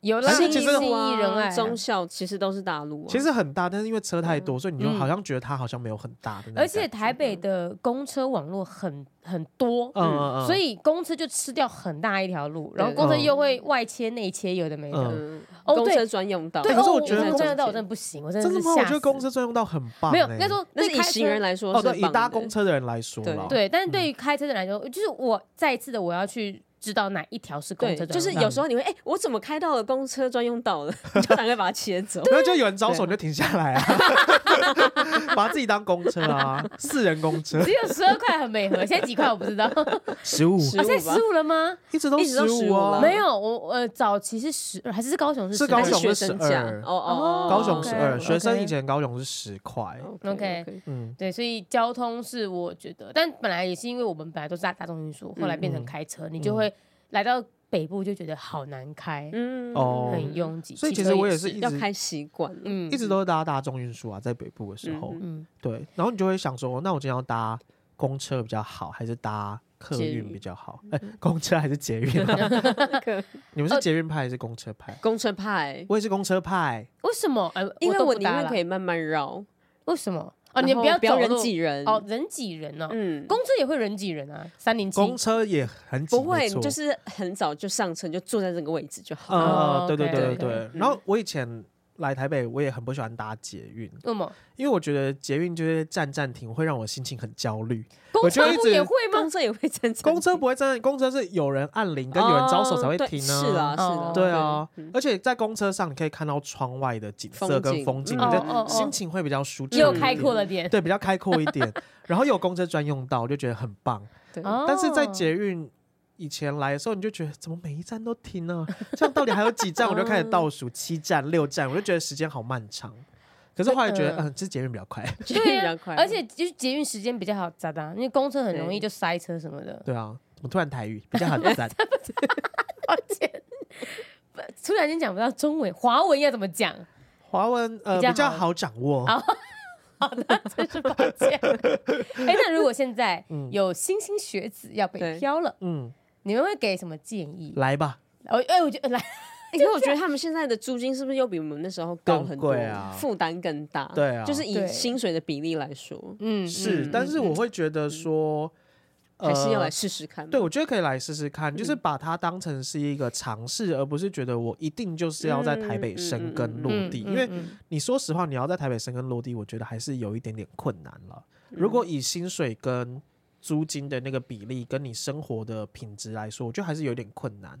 有啦，还信是义其实信义仁爱啊，中校其实都是大陆啊，其实很大，但是因为车太多，所以你就嗯好像觉得它好像没有很大的那种感觉。而且台北的公车网络很很多。嗯，嗯嗯，所以公车就吃掉很大一条路，然后对公车嗯又会外切内切，有的没的。嗯嗯，哦公对车专用道，对，哎可是哦我觉得公车公车专用道我真的不行，我真的真的是吗？吓我觉得死公车专用道很棒欸，没有，那时候那对是以开车行人来说哦，是对，很以棒搭的公车的人来说对啦，对，但是对于开车的人来说，就是我再一次的我要去知道哪一条是公对，车专用道，就是有时候你会哎、我怎么开到了公车专用道了？ *laughs* 你就赶快把它切走。然后就有人招手你就停下 *laughs* 来啊，把自己当公车啊，四人公车， *laughs* 只有十二块很 *laughs* 美和，现在几块我不知道，啊，十五15现在十五了吗？一直都一直都五15哦啦，没有，我呃早期是十，还是高雄是是10高但雄学是生12价哦哦，高雄，OK，十二，学生 OK 以前高雄是十块， OK 嗯，对，所以交通是我觉得，但本来也是因为我们本来都是大大众运输，后来变成开车，你就会来到北部就觉得好难开，嗯哦很拥挤。所以汽其车实我也也是一要直开习惯了。嗯一直都是搭大众运输啊，在北部的时候，嗯嗯，对，然后你就会想说，哦那我今天要搭公车比较好，还是搭客捷运运嗯比较好？哎、公车还是捷运、 *laughs* 啊？你呃们是捷运派还是公车派？公车派，我也是公车派，为什么？呃，因为都我不宁搭愿了可以慢慢绕为什么？哦，然你后不要不要走人路挤人哦，人挤人哦。嗯，公车也会人挤人啊，三零七。公车也很挤不会，没错你就是很早就上车，你就坐在这个位置就好了。呃，哦对对 OK，对对 OK 对。然后我以前来台北，我也很不喜欢搭捷运，为什么？因为我觉得捷运就是站站停，会让我心情很焦虑。公我就车一不直嗯也会吗公？车也会站着，公车不会站站，公车是有人按铃跟有人招手才会哦对停是啊，是啊哦，对啊，而且在公车上你可以看到窗外的景色风跟景风景，你嗯的哦哦哦心情会比较舒畅，又开阔了，点。对，比较开阔一点。然后有公车专用道，我就觉得很棒。对， *laughs* 哦但是在捷运以前来的时候，你就觉得怎么每一站都停啊？ *laughs* 这样到底还有几站？我就开始倒嗯数七站、六站，我就觉得时间好漫长。可是后来觉得，嗯嗯，这捷运比较快， *laughs* *laughs* 对对比较啊快，，而且就是捷运时间比较好咋的啊，因为公车很容易就对塞车什么的。对啊。我突然台语比较很 *laughs* 赞，抱歉，不突然间讲不到中文，华文要怎么 *laughs* 讲？华文呃比较比较好哦好掌握。真是抱歉。哎，那如果现在有新兴学子要被对飘了，嗯，你们会给什么建议？来吧，哦，哎，我觉得来，因为我觉得他们现在的租金是不是又比我们那时候高很更多贵啊，负担更大？对啊就是以对薪水的比例来说，嗯，是，嗯但是我会觉得说，还是要呃来试试看。对，我觉得可以来试试看，就是嗯把它当成是一个尝试，而不是觉得我一定就是要在台北生根落地。因为嗯你说实话，你要在台北生根落地，我觉得还是有一点点困难了。如嗯果以薪水跟租金的那个比例跟你生活的品质来说，我觉得还是有点困难。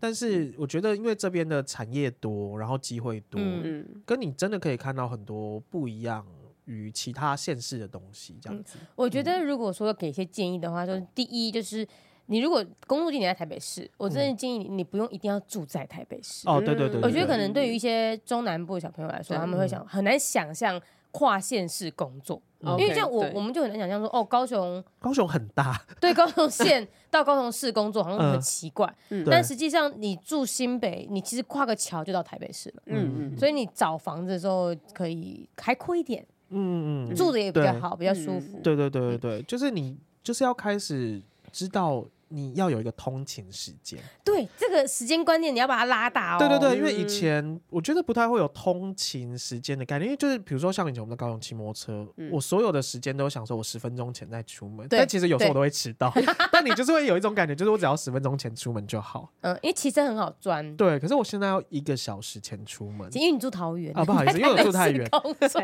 但是我觉得，因为这边的产业多，然后机会多，嗯嗯，跟你真的可以看到很多不一样于其他县市的东西，这嗯样子。我觉得如果说给一些建议的话，就是第一就是。你如果工作地点在台北市，我真的建议你，你不用一定要住在台北市。嗯哦，对对嗯对对我觉得对可能对于一些中南部的小朋友来说，对他们会想很难想象跨县市工作，嗯因为像我 OK，对我们就很难想象说，哦，高雄高雄很大，对高雄 *laughs* 县到高雄市工作好像嗯很奇怪，嗯对但实际上你住新北，你其实跨个桥就到台北市了。嗯嗯，所以你找房子的时候可以开阔一点，嗯嗯嗯，住的也比较好，比较嗯舒服。对对对对对，就是你就是要开始知道你要有一个通勤时间。对这个时间观念你要把它拉大哦。对对对，因为以嗯前我觉得不太会有通勤时间的概念，因为就是比如说像以前我们在高雄骑摩托车，我所有的时间都想说我十分钟前再出门，嗯对但其实有时候对我都会迟 *laughs* 到，但你就是会有一种感觉，就是我只要十分钟前出门就好。嗯，因为骑车很好钻，对，可是我现在要一个小时前出门因为你住桃园 *laughs* 啊，不好意思，因为我住太远，工作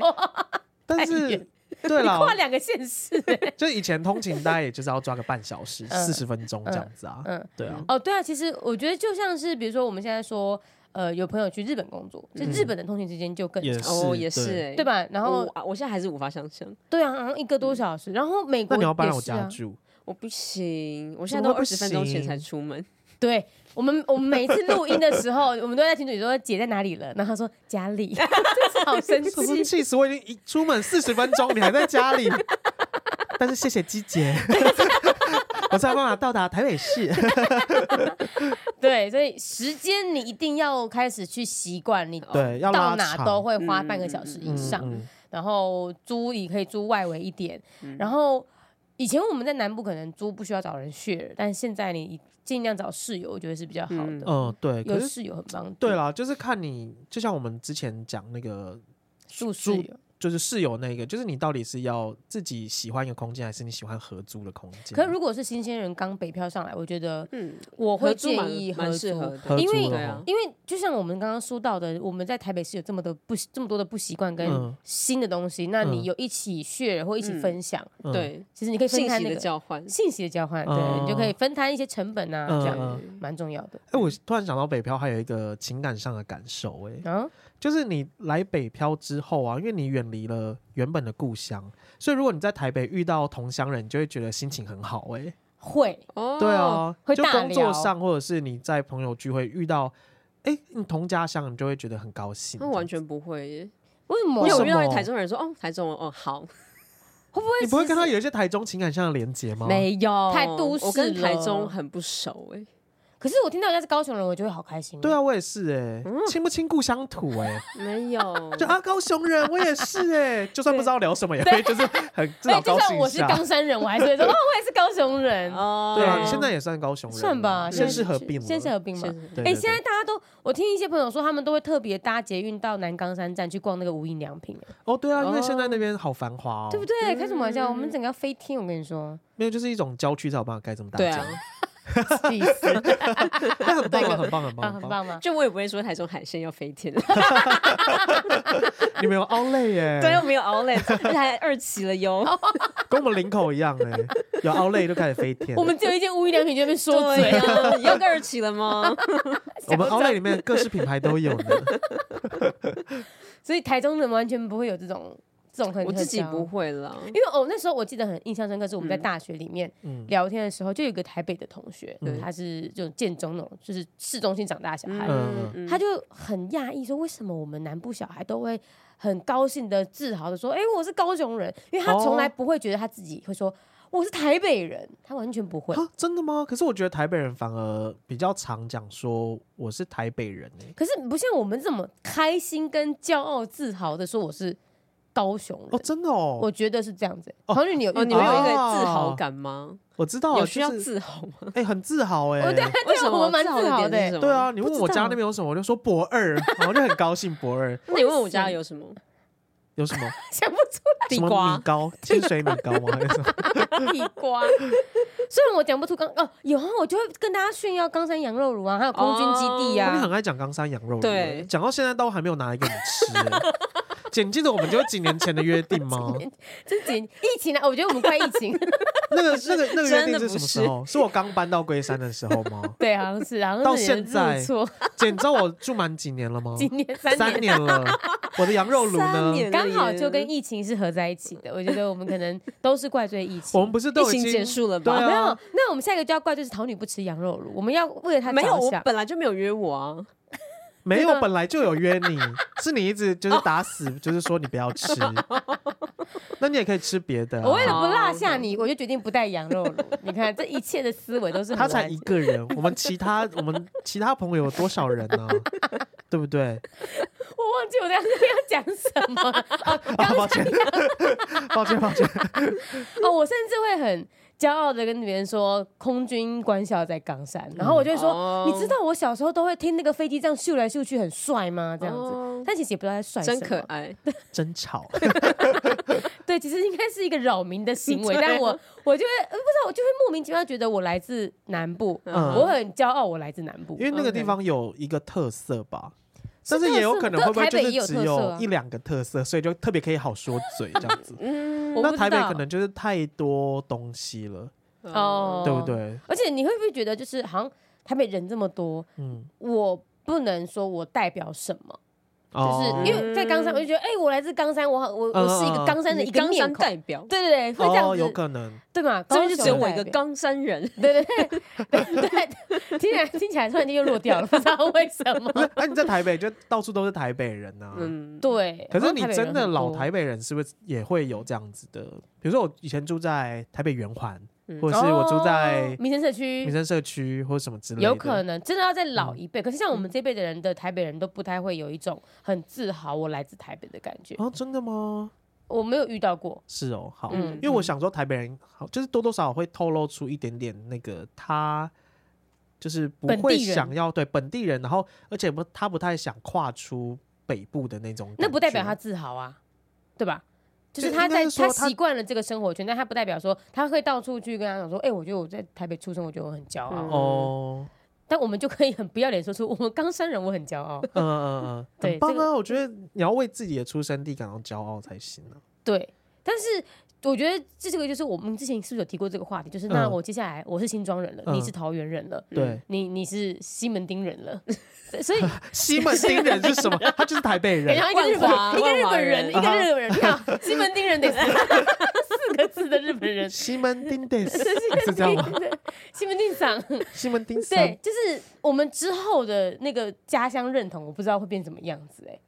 但太远是对你啦，跨两个县 *laughs* 市、欸就以前通勤大概也就是要抓个半 *laughs* 小时、四十分钟这样子啊。嗯，对啊，哦，对啊，其实我觉得就像是比如说我们现在说，呃，有朋友去日本工作，就嗯日本的通勤时间就更也长，是哦，也是对哎，对？吧？然然后后我我现在还是无法想象，对啊，好像一个多小时，然后美国那你要搬来也我是啊家住？我不行，我现怎在都么会不二十分钟前行才出门，对我们，我们每一次录音的时候，我们都在群组里说姐在哪里了，然后她说家里，真是好生我说气。气死我！已经一出门四十分钟，你还在家里。 *laughs* 但是谢谢鸡姐， *laughs* 我才有办法到达台北 *laughs* 市。对，所以时间你一定要开始去习惯，你对，要到拉哪长都会花半个小时以上。嗯嗯然后租也可以租外围一点，嗯然后。以前我们在南部可能租不需要找人 share，但现在你尽量找室友，我觉得是比较好的。嗯嗯，有对。可是室友很帮助。对，啦，就是看你，就像我们之前讲那个，住室友。就是室友那个，就是你到底是要自己喜欢一个空间，还是你喜欢合租的空间？可如果是新鲜人刚北漂上来，我觉得嗯，我会合租建蛮议合蛮适租合合的，因为租对的啊话，因为就像我们刚刚说到的，我们在台北市有这么多不这么多的不习惯跟嗯新的东西，那嗯你有一起 share 或一起嗯分享，嗯对其实你可以分信摊息那的个交换，信息的交换，对嗯你就可以分摊一些成本啊，嗯这样嗯蛮重要的。哎、我突然想到北漂还有一个情感上的感受、哎，啊，就是你来北漂之后啊，因为你远离了原本的故乡，所以如果你在台北遇到同乡人，你就会觉得心情很好、哎，会哦，对，啊，会就大工作聊上或者是你在朋友聚会遇到，哎、你同家乡，你就会觉得很高兴。那完全不会耶，为什因么为啊我为？什遇到么台中人说，哦，台中人，哦，好，会不会你不会其跟他实有一些台中情感上的连接吗？没有太都市我跟台中了很不熟哎，可是我听到人家是高雄人，我就会好开心。对啊，我也是哎、嗯亲不亲故乡土哎、没有， *laughs* 就啊高雄人，我也是哎、 *laughs* 就算不知道聊什么也会 *laughs* 就是很至对，少哎就高算兴我一是下。冈山人，我还是 *laughs* 会说哦，我也是高雄人， *laughs* 哦，嗯对啊，你现在也算高雄人了，算吧，县现市在合并了，县市合并嘛。现在对哎、对现在大家都，我听一些朋友说，他们都会特别搭捷运到南冈山站去逛那个无印良品，哦，对啊，因为哦现在那边好繁华哦，对不对？开什么玩笑？嗯我们整个要飞天，我跟你 *laughs* 说，没有，就是一种郊区才有办法盖这么大对家啊，，气死，那 *laughs* 很棒啊，很棒，很啊棒，很很棒。棒吗？就我也不会说台中海鲜要飞天，你们有奥莱 *laughs* 耶，啊 *laughs* 对，又没有 outlet，而且还二期了哟，跟我们林口一样哎， *laughs* 有奥莱就开始飞天。我们只有一间无印良品就在那边说嘴，对 *laughs* 啊，要个二期了 *laughs* 吗？我们奥莱里面各式品牌都有 *laughs* 呢。所以台中人完全不会有这种这种很我自己很不骄傲会啦，因为哦，那时候我记得很印象深刻，是我们在大学里面嗯聊天的时候，就有一个台北的同学，嗯他是就建中那种，就是市中心长大的小孩，嗯他就很讶异说，为什么我们南部小孩都会很高兴的、自豪的说，哎、我是高雄人，因为他从哦来不会觉得他自己会说我是台北人，他完全不会。哦啊，真的吗？可是我觉得台北人反而比较常讲说我是台北人哎。可是不像我们这么开心跟骄傲、自豪的说我是高雄人，哦，真的哦，我觉得是这样子、黄俊，你有遇哦，到你们有一个吗自豪感吗？我知道，有需要哦就是自豪吗？哎，很自豪哎。哦对为什么 *laughs* 我蛮自自豪豪的的欸点是什么？对，啊，你问不我知家道那边有什么，我就说博二，然后就很高兴博二那你问我家有什么？有 *laughs* 什么想不出什地么瓜米糕、清水米糕吗？还是什么？来地瓜。虽然我讲不出刚哦，有啊，我就会跟大家炫耀冈山羊肉炉啊，还有空军基地我们啊。很爱讲冈山羊肉，对讲到现在都还没有拿来给你吃欸。简记得我们就是几年前的约定吗？这几疫情啊，我觉得我们快疫 *laughs* 情，？那个、那个、那个约真的不定是什么时候？是我刚搬到龟山的时候吗对，好像是，好像是到你的现入在错，姐，你知道我住满几年了吗？今年三三年年了。我的羊肉炉三呢？年刚好了耶就跟疫情是合在一起的。我觉得我们可能都是怪罪疫情。我们不是疫都已情经结束了对吧？哦没有啊？，那我们下一个就要怪就是桃女不吃羊肉炉，我们要为了 *laughs* 她没有，着我想。本来就没有约我啊。没这有个，本来就有约你，是你一直就是打死，就是说你不要吃。那你也可以吃别的啊。我为了不落下你，我就决定不带羊肉炉。你看，这一切的思维都是很他才完一个人，我们其他我们其他朋友有多少人呢、对不对？我忘记我刚刚要讲什么了哦，啊，刚抱 *laughs* 歉，抱歉，抱歉。哦，我甚至会很骄傲的跟别人说，空军官校在冈山，然后我就会说，哦你知道我小时候都会听那个飞机这样咻来咻去很帅吗？这样子，哦但其实也不知道在帅什真么。可爱，真 *laughs* 吵，对，其实应该是一个扰民的行为， *laughs* 对啊。但我我就会呃不知道，我就会莫名其妙觉得我来自南部，嗯我很骄傲我来自南部因，为那个地方有一个特色吧，但是哦特也有色可能吗会不会台就北是也有只特色有啊一两个特色，所以就特别可以好说嘴这样子嗯我不那知台北道可能就是太多东西了，哦嗯对不对？而且你会不会觉得，就是好像台北人这么多，嗯，我不能说我代表什么，就哦是因为在冈山，我就觉得，哎、我来自冈山，我好，我我嗯是一个冈山的一个冈面山孔，代表，对对对，会这样哦，有子，可能，对嘛？这高边就雄只有我一代个表冈山人，对对对对对，听起来听起来突然间又落掉了，不知道为什么不。是？哎，你在台北就到处都是台北人呐。嗯，对，可好是像你台北人真的很老多台北人是不是也会有这样子的？比如说我以前住在台北圆环，嗯或者是我住在哦民生社民区，生社区或什么之类的，有可能真的要在老一辈。可是像我们这辈的人的台北人都不太会有一种很自豪我来自台北的感觉，哦，真的吗？我没有遇到过。是哦，好，嗯因为我想说台北人好，就是多多少少会透露出一点点那个他就是不本会地人想要对本地人，然后而且不他不太想跨出北部的那种感觉，那不代表他自豪啊，对吧？就是就他应该在是他说他习惯了这个生活圈，但他不代表说他会到处去跟他讲说，哎、我觉得我在台北出生，我觉得我很骄傲。嗯哦，但我们就可以很不要脸说出，我们冈山人，我很骄 *laughs* 傲。嗯嗯 *laughs* 嗯，对很棒这啊！我觉得你要为自己的出生地感到骄傲才行啊。对，但是我觉得这这个就是我们之前是不是有提过这个话题？就是那嗯我接下来我是新庄人了，嗯你是桃园人了， *laughs* 对，你你是西门町人 *laughs* 了，所以西门町人是什么？他就是台北等一 *laughs* 人。下一个日本万华一个日万华本人，人一个日本人，你啊好，西门町人 *laughs* 得四个字的日本人，西门町 *laughs* 的是这样吗？西门町长。西门町三对，就是我们之后的那个家乡认同，我不知道会变什么样子哎、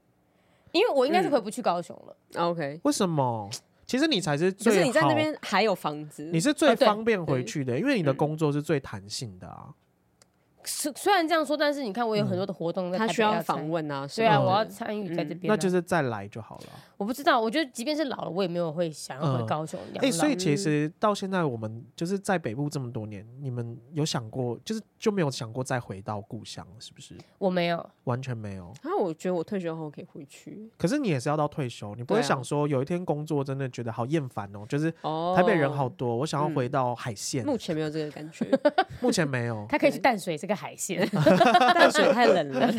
因为我应该嗯是回不去高雄了。 OK，为什么？其实你才是可最是你在那好边还有房子，你是最对方便回去的，因为你的呃嗯工作是最弹性的啊。虽、虽然这样说，但是你看我有很多的活动在台他北嗯需要要参访。问啊，对啊，什么的我要参与在这边啊、嗯那就是再来就好了。我不知道，我觉得即便是老了，我也没有会想要回嗯高雄养老。哎、所以其嗯实到现在我们就是在北部这么多年，你们有想过，就是就没有想过再回到故乡，是不是？我没有，完全没有。啊，我觉得我退休后可以回去。可是你也是要到退休，你不会对啊想说有一天工作真的觉得好厌烦哦，就是哦，嗯台北人好，多，我想要回到海线。目前没有这个感 *laughs* 觉，目前没有，他可以去淡水这个海鲜。嗯淡水太冷了。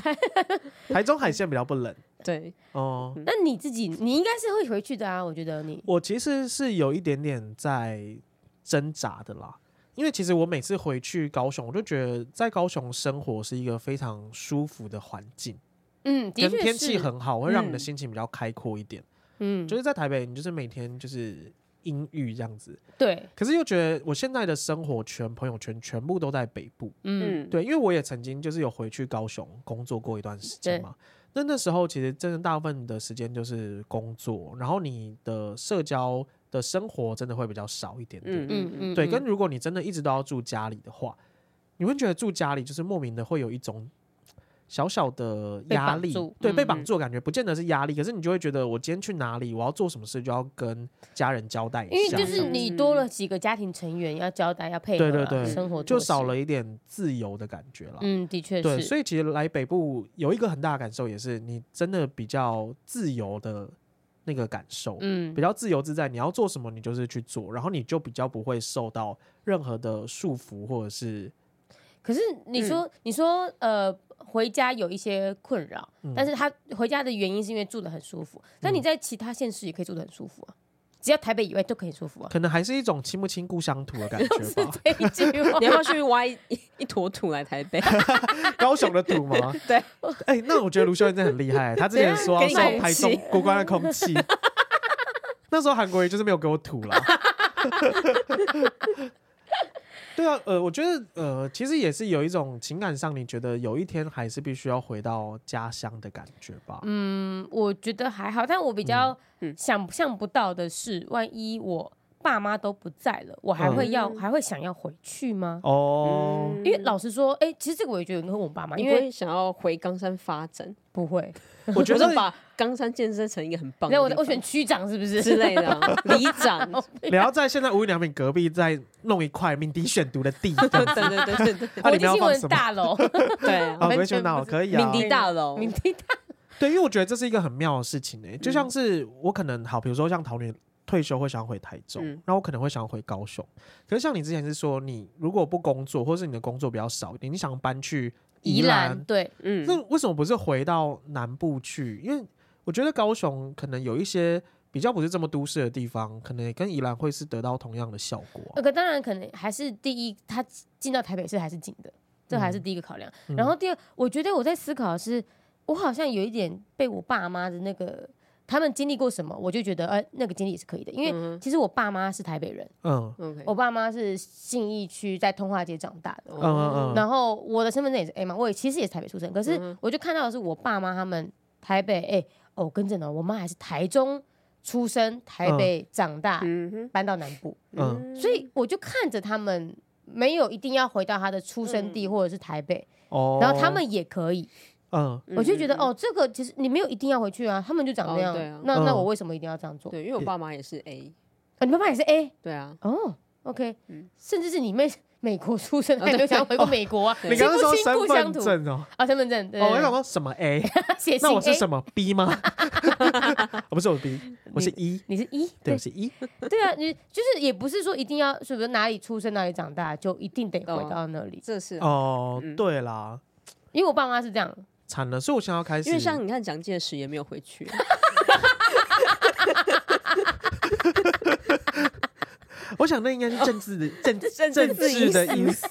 台中海线比较不冷对，哦。 *laughs* 那你自己，你应该是会回去的啊，我觉得你。我其实是有一点点在挣扎的啦，因为其实我每次回去高雄，我就觉得在高雄生活是一个非常舒服的环境，嗯，的跟确天气是，很好，会让你的嗯心情比较开阔一点。嗯，就是在台北，你就是每天就是阴郁这样子，对，可是又觉得我现在的生活圈、朋友圈全部都在北部，嗯，嗯，对，因为我也曾经就是有回去高雄工作过一段时间对嘛。那那时候其实真的大部分的时间就是工作，然后你的社交的生活真的会比较少一点点。嗯嗯嗯，对，嗯跟如果你真的一直都要住家里的话，你会觉得住家里就是莫名的会有一种小小的被压绑力住，对，被嗯绑嗯住的感觉，不见得是压力，可是你就会觉得我今天去哪里，我要做什么事就要跟家人交代一因为下，就这是样你多了几个家庭成员要交代要配合啊、对对对生活就作息少。了一点自由的感觉啦。嗯，的确对，是。所以其实来北部有一个很大的感受，也是你真的比较自由的那个感受，嗯比，较自由自在，你要做什么你就是去做，然后你就比较不会受到任何的束缚或者是可是你说，你说，呃，回家有一些困扰，但是他回家的原因是因为住的很舒服。但你在其他县市也可以住的很舒服啊，只要台北以外都可以舒 *laughs* 服啊。可能还是一种亲不亲故乡土 *laughs* 的感就是觉吧。 *laughs* 这一句话 *laughs* 你，要不要去挖一一坨土来台 *laughs* 北？高雄的土吗？对，哎、那我觉得卢秀燕真的很厉害，她之前说要怎送样给你台中空过关的空气，那时候韩国瑜就是没有给我土了。对啊，呃，我觉得呃，其实也是有一种情感上，你觉得有一天还是必须要回到家乡的感觉吧。嗯，嗯，我觉得还好，但我比较嗯嗯想象不到的是，万一我爸妈都不在了，我还会要嗯还会想要回去吗？哦，嗯因为老实说，哎，其实这个我也觉得有跟我爸妈，你因不为会想要回冈山发展？不会，我觉觉得得把冈山建设成一个很棒的地方。那我我 *laughs* 选区长是不是？之 *laughs* 类的啊里长，你要在现在无印良品隔壁再弄一块鸣笛选读的地，*laughs* 这对 *laughs* 样子对对对对 *laughs* 那国里际面要新放闻什么？大楼，对啊，啊，完维全修不岛是可以啊，鸣笛大楼，明天对，因为我觉得这是一个很妙的事情诶、嗯就像是我可能好，比如说像桃女退休会想回台中，嗯那我可能会想回高雄。可是像你之前是说，你如果不工作，或是你的工作比较少一点，你想搬去宜兰，对，嗯，那为什么不是回到南部去？因为我觉得高雄可能有一些比较不是这么都市的地方，可能跟宜兰会是得到同样的效果啊、那个当然呃可能还是第一，他进到台北市还是紧的，这嗯还是第一个考量。然后第二，我觉得我在思考的是，我好像有一点被我爸妈的那个他们经历过什么，我就觉得呃那个经历也是可以的，因为嗯其实我爸妈是台北人，嗯 OK，我爸妈是信义区在通化街长大的。嗯嗯嗯，然后我的身份证也是 A 嘛，我也其实也是台北出生，可是嗯我就看到的是我爸妈他们台北，哎、哦，跟着呢，我妈还是台中出生，台北长大，嗯哼，搬到南部，嗯所以我就看着他们没有一定要回到他的出生嗯地或者是台北，哦，然后他们也可以，嗯我就觉得嗯，哦，这个其实你没有一定要回去啊，他们就长那样，哦对啊那嗯那我为什么一定要这样做？对，因为我爸妈也是 A，啊，你爸妈也是 A 对啊，哦，OK，、嗯甚至是你妹美国出生，哦他也没有想要回过美国啊，对你刚刚亲说不亲身故乡份土证哦，啊，身份证，对哦，我对想对说什么 A？写信哎那我是 A 什么 B 吗？ *laughs* 我不是我 B，我是 E，你是一，对，对我是 E。对啊，你就是也不是说一定要，是不是哪里出生哪里长大就一定得回懂到那里？这是哦嗯，对啦，因为我爸妈是这样，惨了，所以我想要开始，因为像你看蒋介石也没有回去，啊 *laughs* 我想那应该是政治的政政政治治的因素，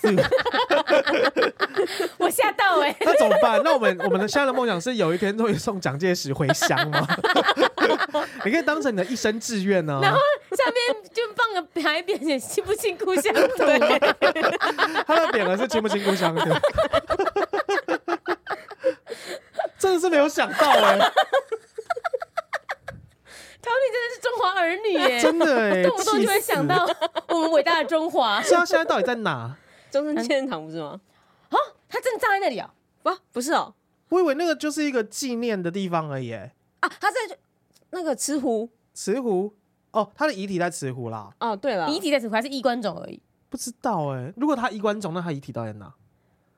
我吓到欸哎、那怎么办？那我们我们的现在的梦想是有一天终于送蒋介石回乡吗？ *laughs* 你可以当成你的一生志愿呢、然后下面就放个牌匾，写亲不亲故乡 *laughs* 土。他的匾额是亲不亲故乡的， *laughs* 真的是没有想到哎、桃李真的是中华儿女耶、 *laughs* 真的哎、动不动就会气死想到我们伟大的中华。是他现在到底在哪？中正纪念堂不是吗？他真的站在那里 *laughs* 哦、不，不是哦，我以为那个就是一个纪念的地方而已、欸。啊，他在那个慈湖慈湖哦，他的遗体在慈湖啦，哦，对啊了，遗体在此还是衣冠冢而已，不知道哎、如果他衣冠冢，那他遗体到底在哪？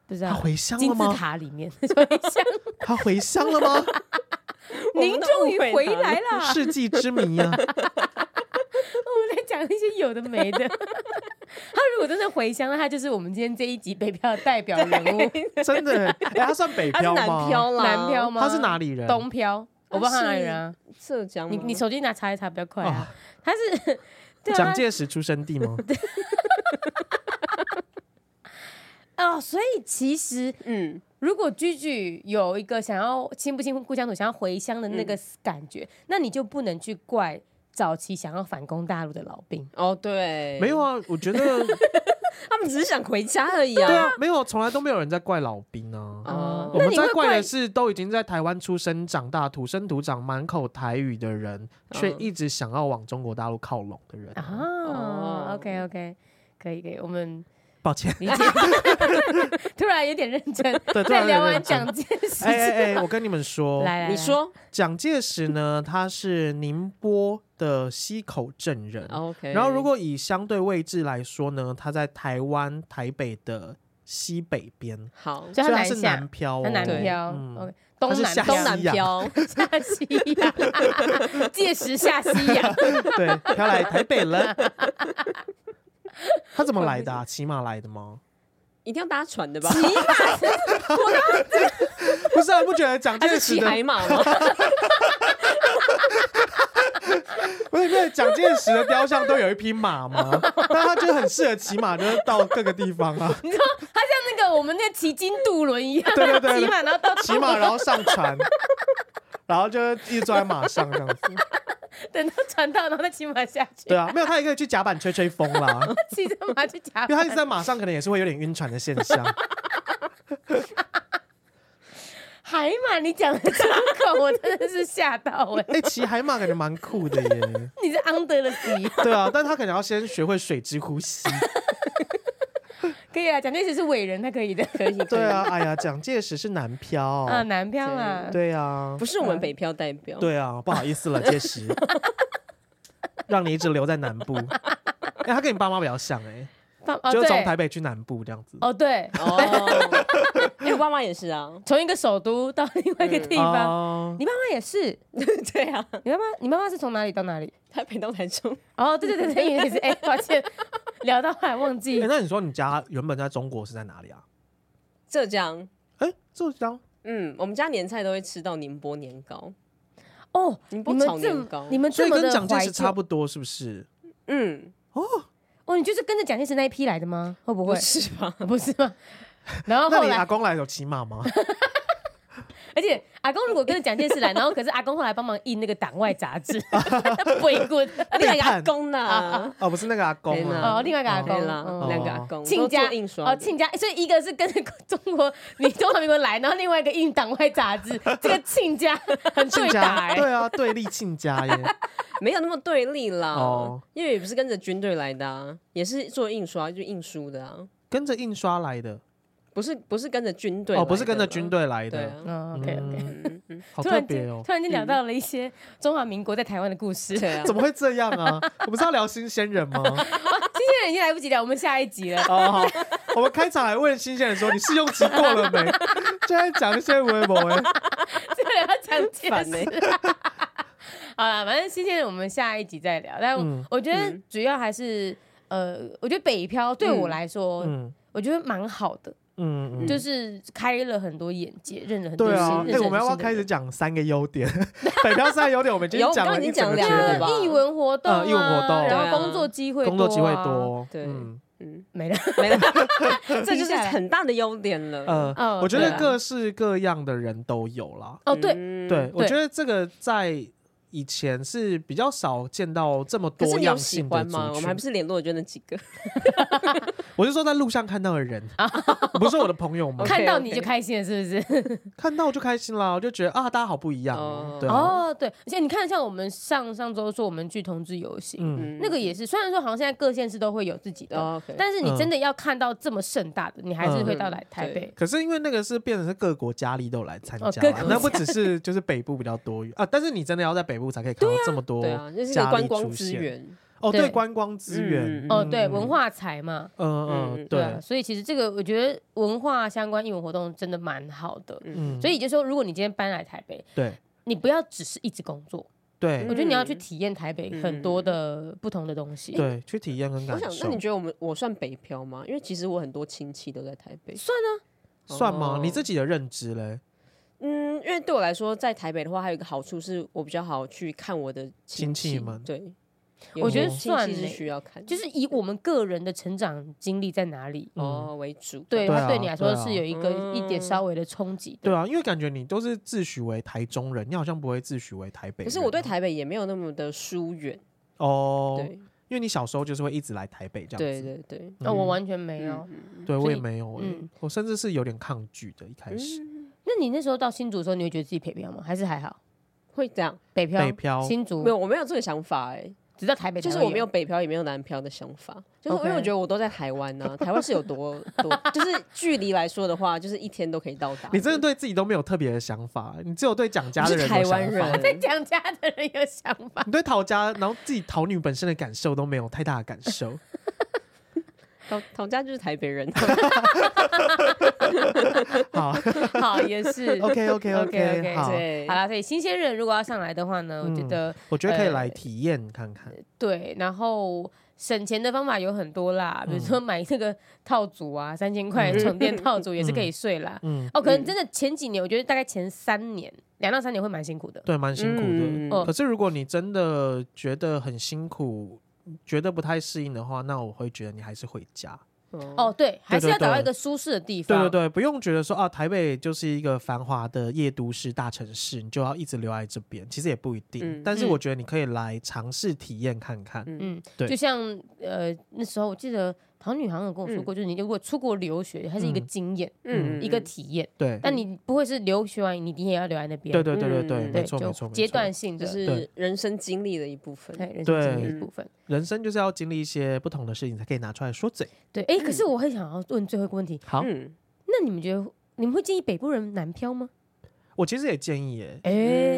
不知他道。回乡啊金了字吗？塔里面， *laughs* 所以 *laughs* 像他回乡 *laughs* 了吗？我们您都终于误会回他来啦！世纪之谜啊呀、我们在讲一些有的没的。 *laughs* 他如果真的回乡，那他就是我们今天这一集北漂的代表人 *laughs* 物，真的、欸，哎、他算北他是漂南吗？漂啦，南漂吗？啊他是哪里人？东漂，我不知道他哪里人啊。浙江吗，你你手机拿查一查比较快哦啊。他是 *laughs* 对蒋啊介石出生地吗？他哦，所以其实嗯，如果居居有一个想要亲不亲故乡土、想要回乡的那嗯个感觉，那你就不能去怪早期想要反攻大陆的老兵。哦对，没有，啊，*laughs* 我觉得他们只是想回家而已啊，对啊，没有，从来都没有人在怪老兵啊。哦我那们你在会怪怪的是都已经在台湾出生、长大、土生土长、满口台语的人，却嗯一直想要往中国大陆靠拢的人。哦啊、o k OK，可以可以，我们 *laughs* 抱歉，理解。突然有点认真，对，突在然聊有点完认蒋介石，真哎哎哎，我跟你们说，来来，你说蒋介石呢，他是宁波的溪口镇人。哦 OK，然后，如果以相对位置来说呢，他在台湾台北的西北边，好来，所所以以他他南是下南漂、哦，他南对漂嗯，OK，他东是南下东东南哦南西洋漂，下西 *laughs* 洋，届时下西洋， *laughs* 对，飘来台北了。他怎么来 *laughs* 的、啊？骑马来的吗？一定要搭船的吧？不是、啊，你不觉得蒋他介是石骑的海马吗？不是，那蒋介石的雕像都有一匹马吗？ *laughs* 但他就很适合骑马，就是到各个地方 *laughs* 啊，你知道他像那个我们那骑金渡轮一样，对对对对骑马然后到 *laughs* 骑马然后上船，然后就一直坐在马上这 *laughs* 样子。等到船到，然后再骑马下去对，啊，没有他也可以去甲板吹吹风啦，骑着马去甲因为他一直板。在马上，可能也是会有点晕船的现象。海马，你讲的出口，我真的是吓到 *laughs* 哎、哎、骑海马感觉蛮酷的耶。你是 under 了级，对啊，但他可能要先学会水之呼吸。 *laughs* 可以啊，蒋介石是伟人，他可 *laughs* 以的，可以。对啊，哎呀，蒋介石是南漂。啊，南漂啦，哦对啊， *laughs* 不是我们北漂代表，对啊，不好意 *laughs* 思了，届时让你一直留在南部。哎、他跟你爸妈比较像哎、放哦就是从对台北去南部这样子。哦对，哦， *laughs* 哎，我爸妈也是啊，从一个首都到另外一个地方，哦你爸妈也是， *laughs* 对啊，你妈妈你妈妈是从哪里到哪里？台北到台中，哦，对对对对，也是 *laughs* 哎，抱歉，聊到后来忘记哎，那你说你家原本在中国是在哪里啊？浙江，哎，浙江嗯，我们家年菜都会吃到宁波年糕，哦，宁你波炒们这年么糕，你们所这以么跟的蒋介怀石差旧不多，是不是？嗯，哦，你就是跟着蒋介石那一批来的吗？会不不会？是吧？不是吗？然后那后你阿来，公来有骑马吗？ *laughs* 而且阿公如果跟着蒋介石来， *laughs* 然后可是阿公后来帮忙印那个党外杂志， *laughs* 鬼棍。 *laughs* 啊另外一背个阿叛公呐，哦，不是那个阿公没呢啊，哦，另外一个阿对公啦嗯，两个阿公，亲都家做印刷哦，的，亲家，所以一个是跟着中国你中华民国来，然后另外一个印党外杂志，这个亲 *laughs* 家很亲对打家，哎、对啊，对立亲家耶。 *laughs* 没有那么对立啦哦，因为也不是跟着军队来的啊，也是做印刷就印书的啊，跟着印刷来的不是不是跟着军队来哦，的不是跟着军队来啦，对的，啊，嗯，OK OK，、嗯嗯好突特然别间、哦。突然间聊到了一些中华民国在台湾的故事，对啊怎，么会这样啊？我们是要聊新鲜人吗？今天已经来不及聊，我们下一集了。哦，好， *laughs* 我们开场还问新鲜人说你试用期过 *laughs* 了没？就在讲一些微博哎，这个要讲 *laughs* 解烦释。欸 *laughs* 好啦，反正新鲜人我们下一集再聊。但嗯我觉得嗯主要还是，呃，我觉得北漂对我来说，嗯我觉得蛮好的，嗯嗯，就是开了很多眼界，认了很多对新，啊，认哎、识我们要不要很多新的开始人讲三个 *laughs* 优点？北漂三个优点我们已经有讲我了们刚刚已一经整个讲缺两个点吧吧，啊艺文活动啊，嗯艺文活动然对后啊工作机会、工作机会啊，多，对嗯嗯，没了。 *laughs* 没了，这就是很大的优点了。呃，哦我觉对得啊各式各样的人都有啦。哦，对，嗯对，，我对觉得这个在以前是比较少见到这么可多是你有样喜性的欢族吗？我们还群不。是联络的就那几个，我是说在路上看到的人，不是我的朋友吗？ OK，看到你就开心了，是不是？看到我就开心啦，我就觉得啊，大家好不一样哦哦。对啊，哦，对，而且你看，像我们上上周说我们去同志游行，嗯，嗯那个也是，虽然说好像现在各县市都会有自己的，哦，OK，但是你嗯真的要看到这么盛大的，你还嗯是会到来台北。可是因为那个是变成是各国佳丽都来参哦加各啦，国那不只是就是北部比较多啊，但是你真的要在北部才可以看到这么多对啊，就是一个佳观丽光出资现。源，哦，对对，观光资嗯，源哦，对，文化。化财嘛，嗯嗯嗯，对对啊，，所以其实这个我觉得文化相关艺文活动真的蛮好的。嗯，所以就说，如果你今天搬来台北，对你不要只是一直工作，我对觉得你要嗯去体验台北很多的不同的东西。对，去体验跟我感想，那受你，觉得我们我算北漂吗？因为其实我很多亲戚都在台北。算啊，算吗哦？你自己的认知嘞？嗯，因为对我来说，在台北的话，还有一个好处是我比较好去看我的亲戚戚们对，我觉得有亲算戚是欸需要看，就是以我们个人的成长经历在哪里，嗯哦为主。对对它啊对你来说对啊是有一个嗯一点稍微的冲击的。对啊，因为感觉你都是自诩为台中人，你好像不会自诩为台北人啊。可是我对台北也没有那么的疏远，哦，对因为你小时候就是会一直来台北这样对子。嗯对对，那、哦我完全没有。哦嗯对，所我也以没有欸嗯，我甚至是有点抗拒的。一开嗯始那你那时候到新竹的时候，你会觉得自己北漂吗？还是还好？会这样。北漂，北漂新竹没有，我没有这个想法哎，只到台北才就会，是我没有嗯北漂也没有南漂的想法，就是因 OK 为我觉得我都在台湾呢，台湾是有多多，就是距离来说的话，就是一天都可以到达。你真的对自己都没有特别的想法，欸你只有对蒋家我嗯的是人有台湾想法人在蒋家的人有想 *laughs* 法。你对陶家，然后自己陶女本身的感受都没有太大的感 *laughs* 受。陶陶家就是台北人，好好，也是。 ，OK OK OK，OK， OK，好，对好，啦，所以新鲜人如果要上来的话呢，我觉嗯得、我觉得可以呃来体验看看。对，然后省钱的方法有很多啦，嗯比如说买那个套组啊， *laughs* 三千块的床垫套组也是可以睡啦。嗯，哦，可能真的前几年，我觉得大概前三年，两到三年会蛮辛苦的。对，蛮辛苦的。嗯哦可是如果你真的觉得很辛苦，觉得不太适应的话，那我会觉得你还是回家。嗯哦，对，还是要对对找到对一个舒适的地对方。对对，不用觉得说啊，台北就是一个繁华的夜都市大城市，你就要一直留在这边。其实也不一定，嗯但是嗯我觉得你可以来尝试体验看看。嗯嗯，对就像呃那时候我记得唐女好像有跟我说过，就是你如果出国留学，它是一个嗯经验，嗯一个体验，对，但你不会是留学完你你也要留在那边，对对对对对，嗯没对，错没就错没阶错。段性就的是对人生经历的一部分。对人生对经历的一部分。人生就是要经历一些不同的事情，才可以拿出来说嘴。对，哎，可是我很想要问最后一个问题，好，嗯，那你们觉得你们会建议北部人南漂吗？我其实也建议耶。哎，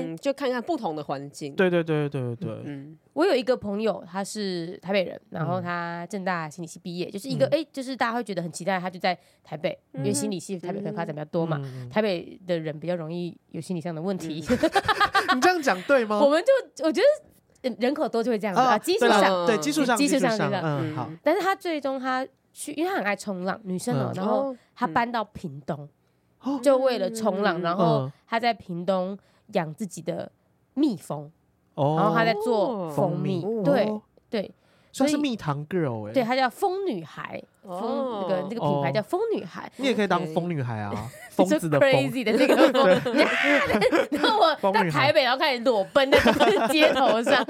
嗯，就看看不同的环境。，对对对对对对，嗯，我有一个朋友，他是台北人，然后他正大心理系毕业，就是一个哎，就是大家会觉得很期待，他就在台北，因为心理系台北可能发展比较多嘛。嗯台北的人比较容易有心理上的问题，嗯你这样讲 *laughs* 对吗？我们就我觉得呃人口多就会这样子啊，基础哦对啦嗯上，对基础上基础上基础上嗯好，但是他最终他去，因为他很爱冲浪，女生哦、嗯然后哦他搬到屏东，就为了冲浪，然后嗯他在屏东养自己的蜜蜂，哦，然后他在做蜂蜜，哦对对算是所以蜜糖 girl 哎、对，他叫疯女孩，哦疯那个那个品牌叫疯女孩。你也可以当 OK 疯女孩 *laughs* 啊，疯子的疯， crazy 的这个 *laughs* 疯，然后我疯在女孩台北，然后开始裸奔在 *laughs* 街头上，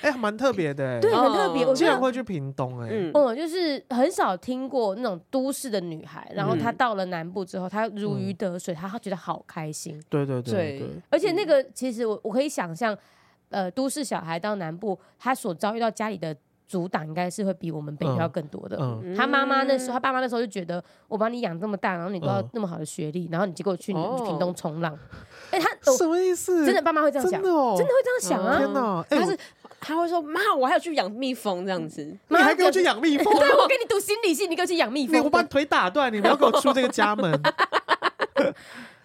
哎、还蛮特别的、欸，对，很特别。哦我竟觉然得，会去屏东哎、嗯，嗯，就是很少听过那种都市的女孩，然后嗯她到了南部之后，她如鱼得水，她觉得好开心。对对对对对，而且那个其实我我可以想象，呃，都市小孩到南部，他所遭遇到家里的阻挡，应该是会比我们北漂更多的。嗯，他妈妈那时候，他爸妈那时候就觉得，我把你养这么大，然后你都要嗯那么好的学历，然后你结果去你哦你去屏东冲浪，哎，他哦什么意思？真的爸妈会这样想，真的真哦，的会这样想啊天。哪！他哎、我是他会说妈，我还要去养蜜蜂这样子，你还给我去养蜜 *laughs* 蜂？*laughs* 对，啊我给你读心理系，你给我去养蜜你我蜂。把你腿打断，你不要给我出这个家门。 *laughs*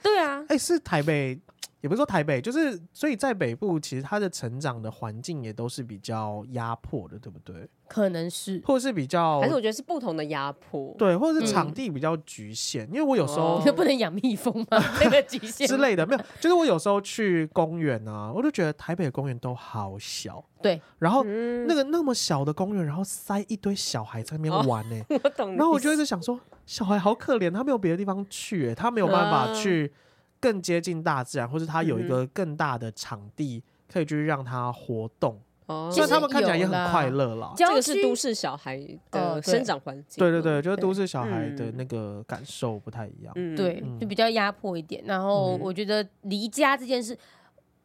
对啊，哎、是台北，也不是说台北，就是所以在北部，其实他的成长的环境也都是比较压迫的，对不对？可能是或者是比较还是我觉得是不同的压迫，哦对，或者是场嗯地比较局限，因为我有时候你哦就不能养蜜蜂吗？ *laughs* 那个极限之。类的，没有，就是我有时候去公园啊，我就觉得台北的公园都好小，对，然后嗯，那个那么小的公园，然后塞一堆小孩在那边哦玩呢、我懂你意思。然后我就一直想说，小孩好可怜，他没有别的地方去、欸，他没有办法啊去更接近大自然，或是他有嗯一哼个更大的场地可以去让他活动。哦虽然其他实们看起来也很有啦快乐啦，郊这个区是都市小孩哦的对生长环境，对对对，就是都对市小孩的嗯那个感受不太一样。嗯，对，就嗯比较压迫一点。然后嗯我觉得离家这件事，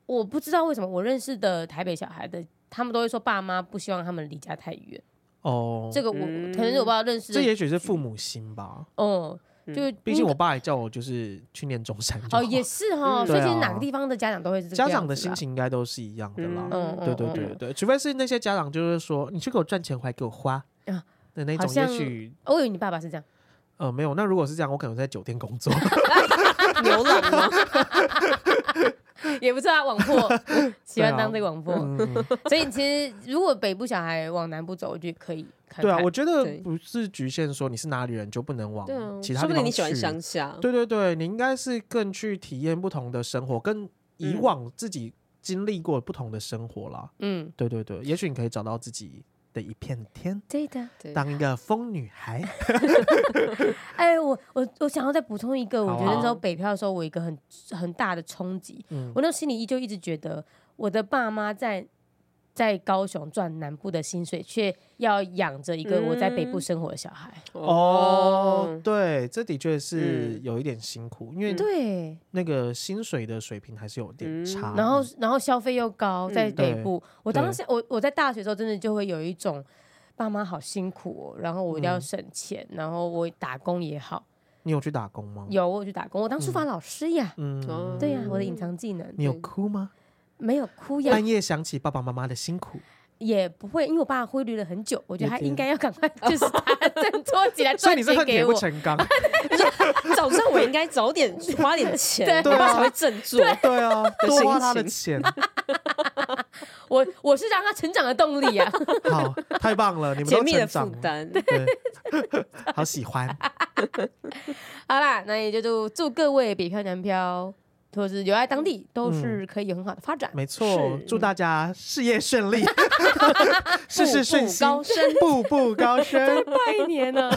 我不知道为什么我认识的台北小孩的，他们都会说爸妈不希望他们离家太远。哦，这个我嗯可能是我不知道认识这的，也许是父母心吧。哦，就毕那竟我个爸也叫我就是去念中山就好哦也是哈，嗯所以其对实啊哪个地方的家长都会是这个家长样的子心啦，情应该都是一样的啦。嗯，对对嗯对。对，除非是那些家长就是说你去给我赚钱回来给我花啊的那好种，也像许哦我以为你爸爸是这 *laughs* 样，呃没有。那如果是这样，我可能在酒店 *laughs* 工作。 *laughs* 牛郎 *laughs* 吗？也不是啊，网破喜欢对啊当这个网破， *laughs* 嗯所以其实如果北部小孩往南部走，我觉得可以看看。对啊，我觉得对不是局限说你是哪里人就不能往对啊，其他说地不定方你喜欢去乡下，对对对，你应该是更去体验不同的生活，跟以嗯往自己经历过不同的生活啦。嗯，对对对，也许你可以找到自己的一片天，对的。对当一个疯女孩。哎，我我我想要再补充一个，我好觉得那时候啊北漂的时候，我有一个很很大的冲击。嗯我那时候心里依旧一直觉得，我的爸妈在在高雄赚南部的薪水，却要养着一个我在北嗯部生活的小孩。哦，，对，这的确是哦嗯有一点辛苦，因为嗯对，那个薪水的水平还是有点嗯差。然后然后消费又高，嗯在北对部，我当时我我在大学的时候，真的就会有一种。爸妈好辛苦哦，然后我一定要嗯省钱，然后我打工也好，你有去打工吗？有我有去打工，我当书法老师呀，嗯哦，对呀、我的隐藏技能，你有对 *laughs* 哭吗？没有哭呀，半夜想起爸爸妈妈的辛苦，也不会，因为我爸挥驴了很久，我觉得他也对应该要赶快 *laughs* 就是他振作起来所以赚你是恨钱铁给不我。成 *laughs* 钢。早知道我应该早点花点对钱， *laughs* 对我啊爸才会振作。对啊，多花他的心钱，我我是让他成长的动力啊。 *laughs* 好，太棒了，你们甜都蜜成的负长了，担，对， *laughs* 好喜欢，好啦，那也就祝祝各位北漂南漂，或是留在当地，都是可以有很好的发展。没错是，祝大家事业顺 *laughs* 利，事事顺心，步步高升步步高升。 *laughs* 拜年 *laughs* 呢、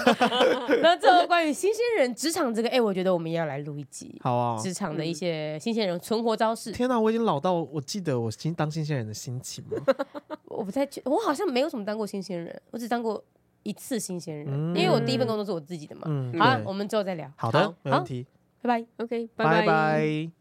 然后最后关于新鲜人职场这个，哎、我觉得我们也要来录一集好啊，职场的一些新鲜人存活招式。天哪，我已经老到我记得我新当新鲜人的心情了。 *laughs* 我不太确，我好像没有什么当过新鲜人，我只当过一次新鲜人，嗯因为我第一份工作是我自己的嘛。嗯，好啦对，我们之后再聊，好的好，没问题，拜拜。 OK，拜。拜。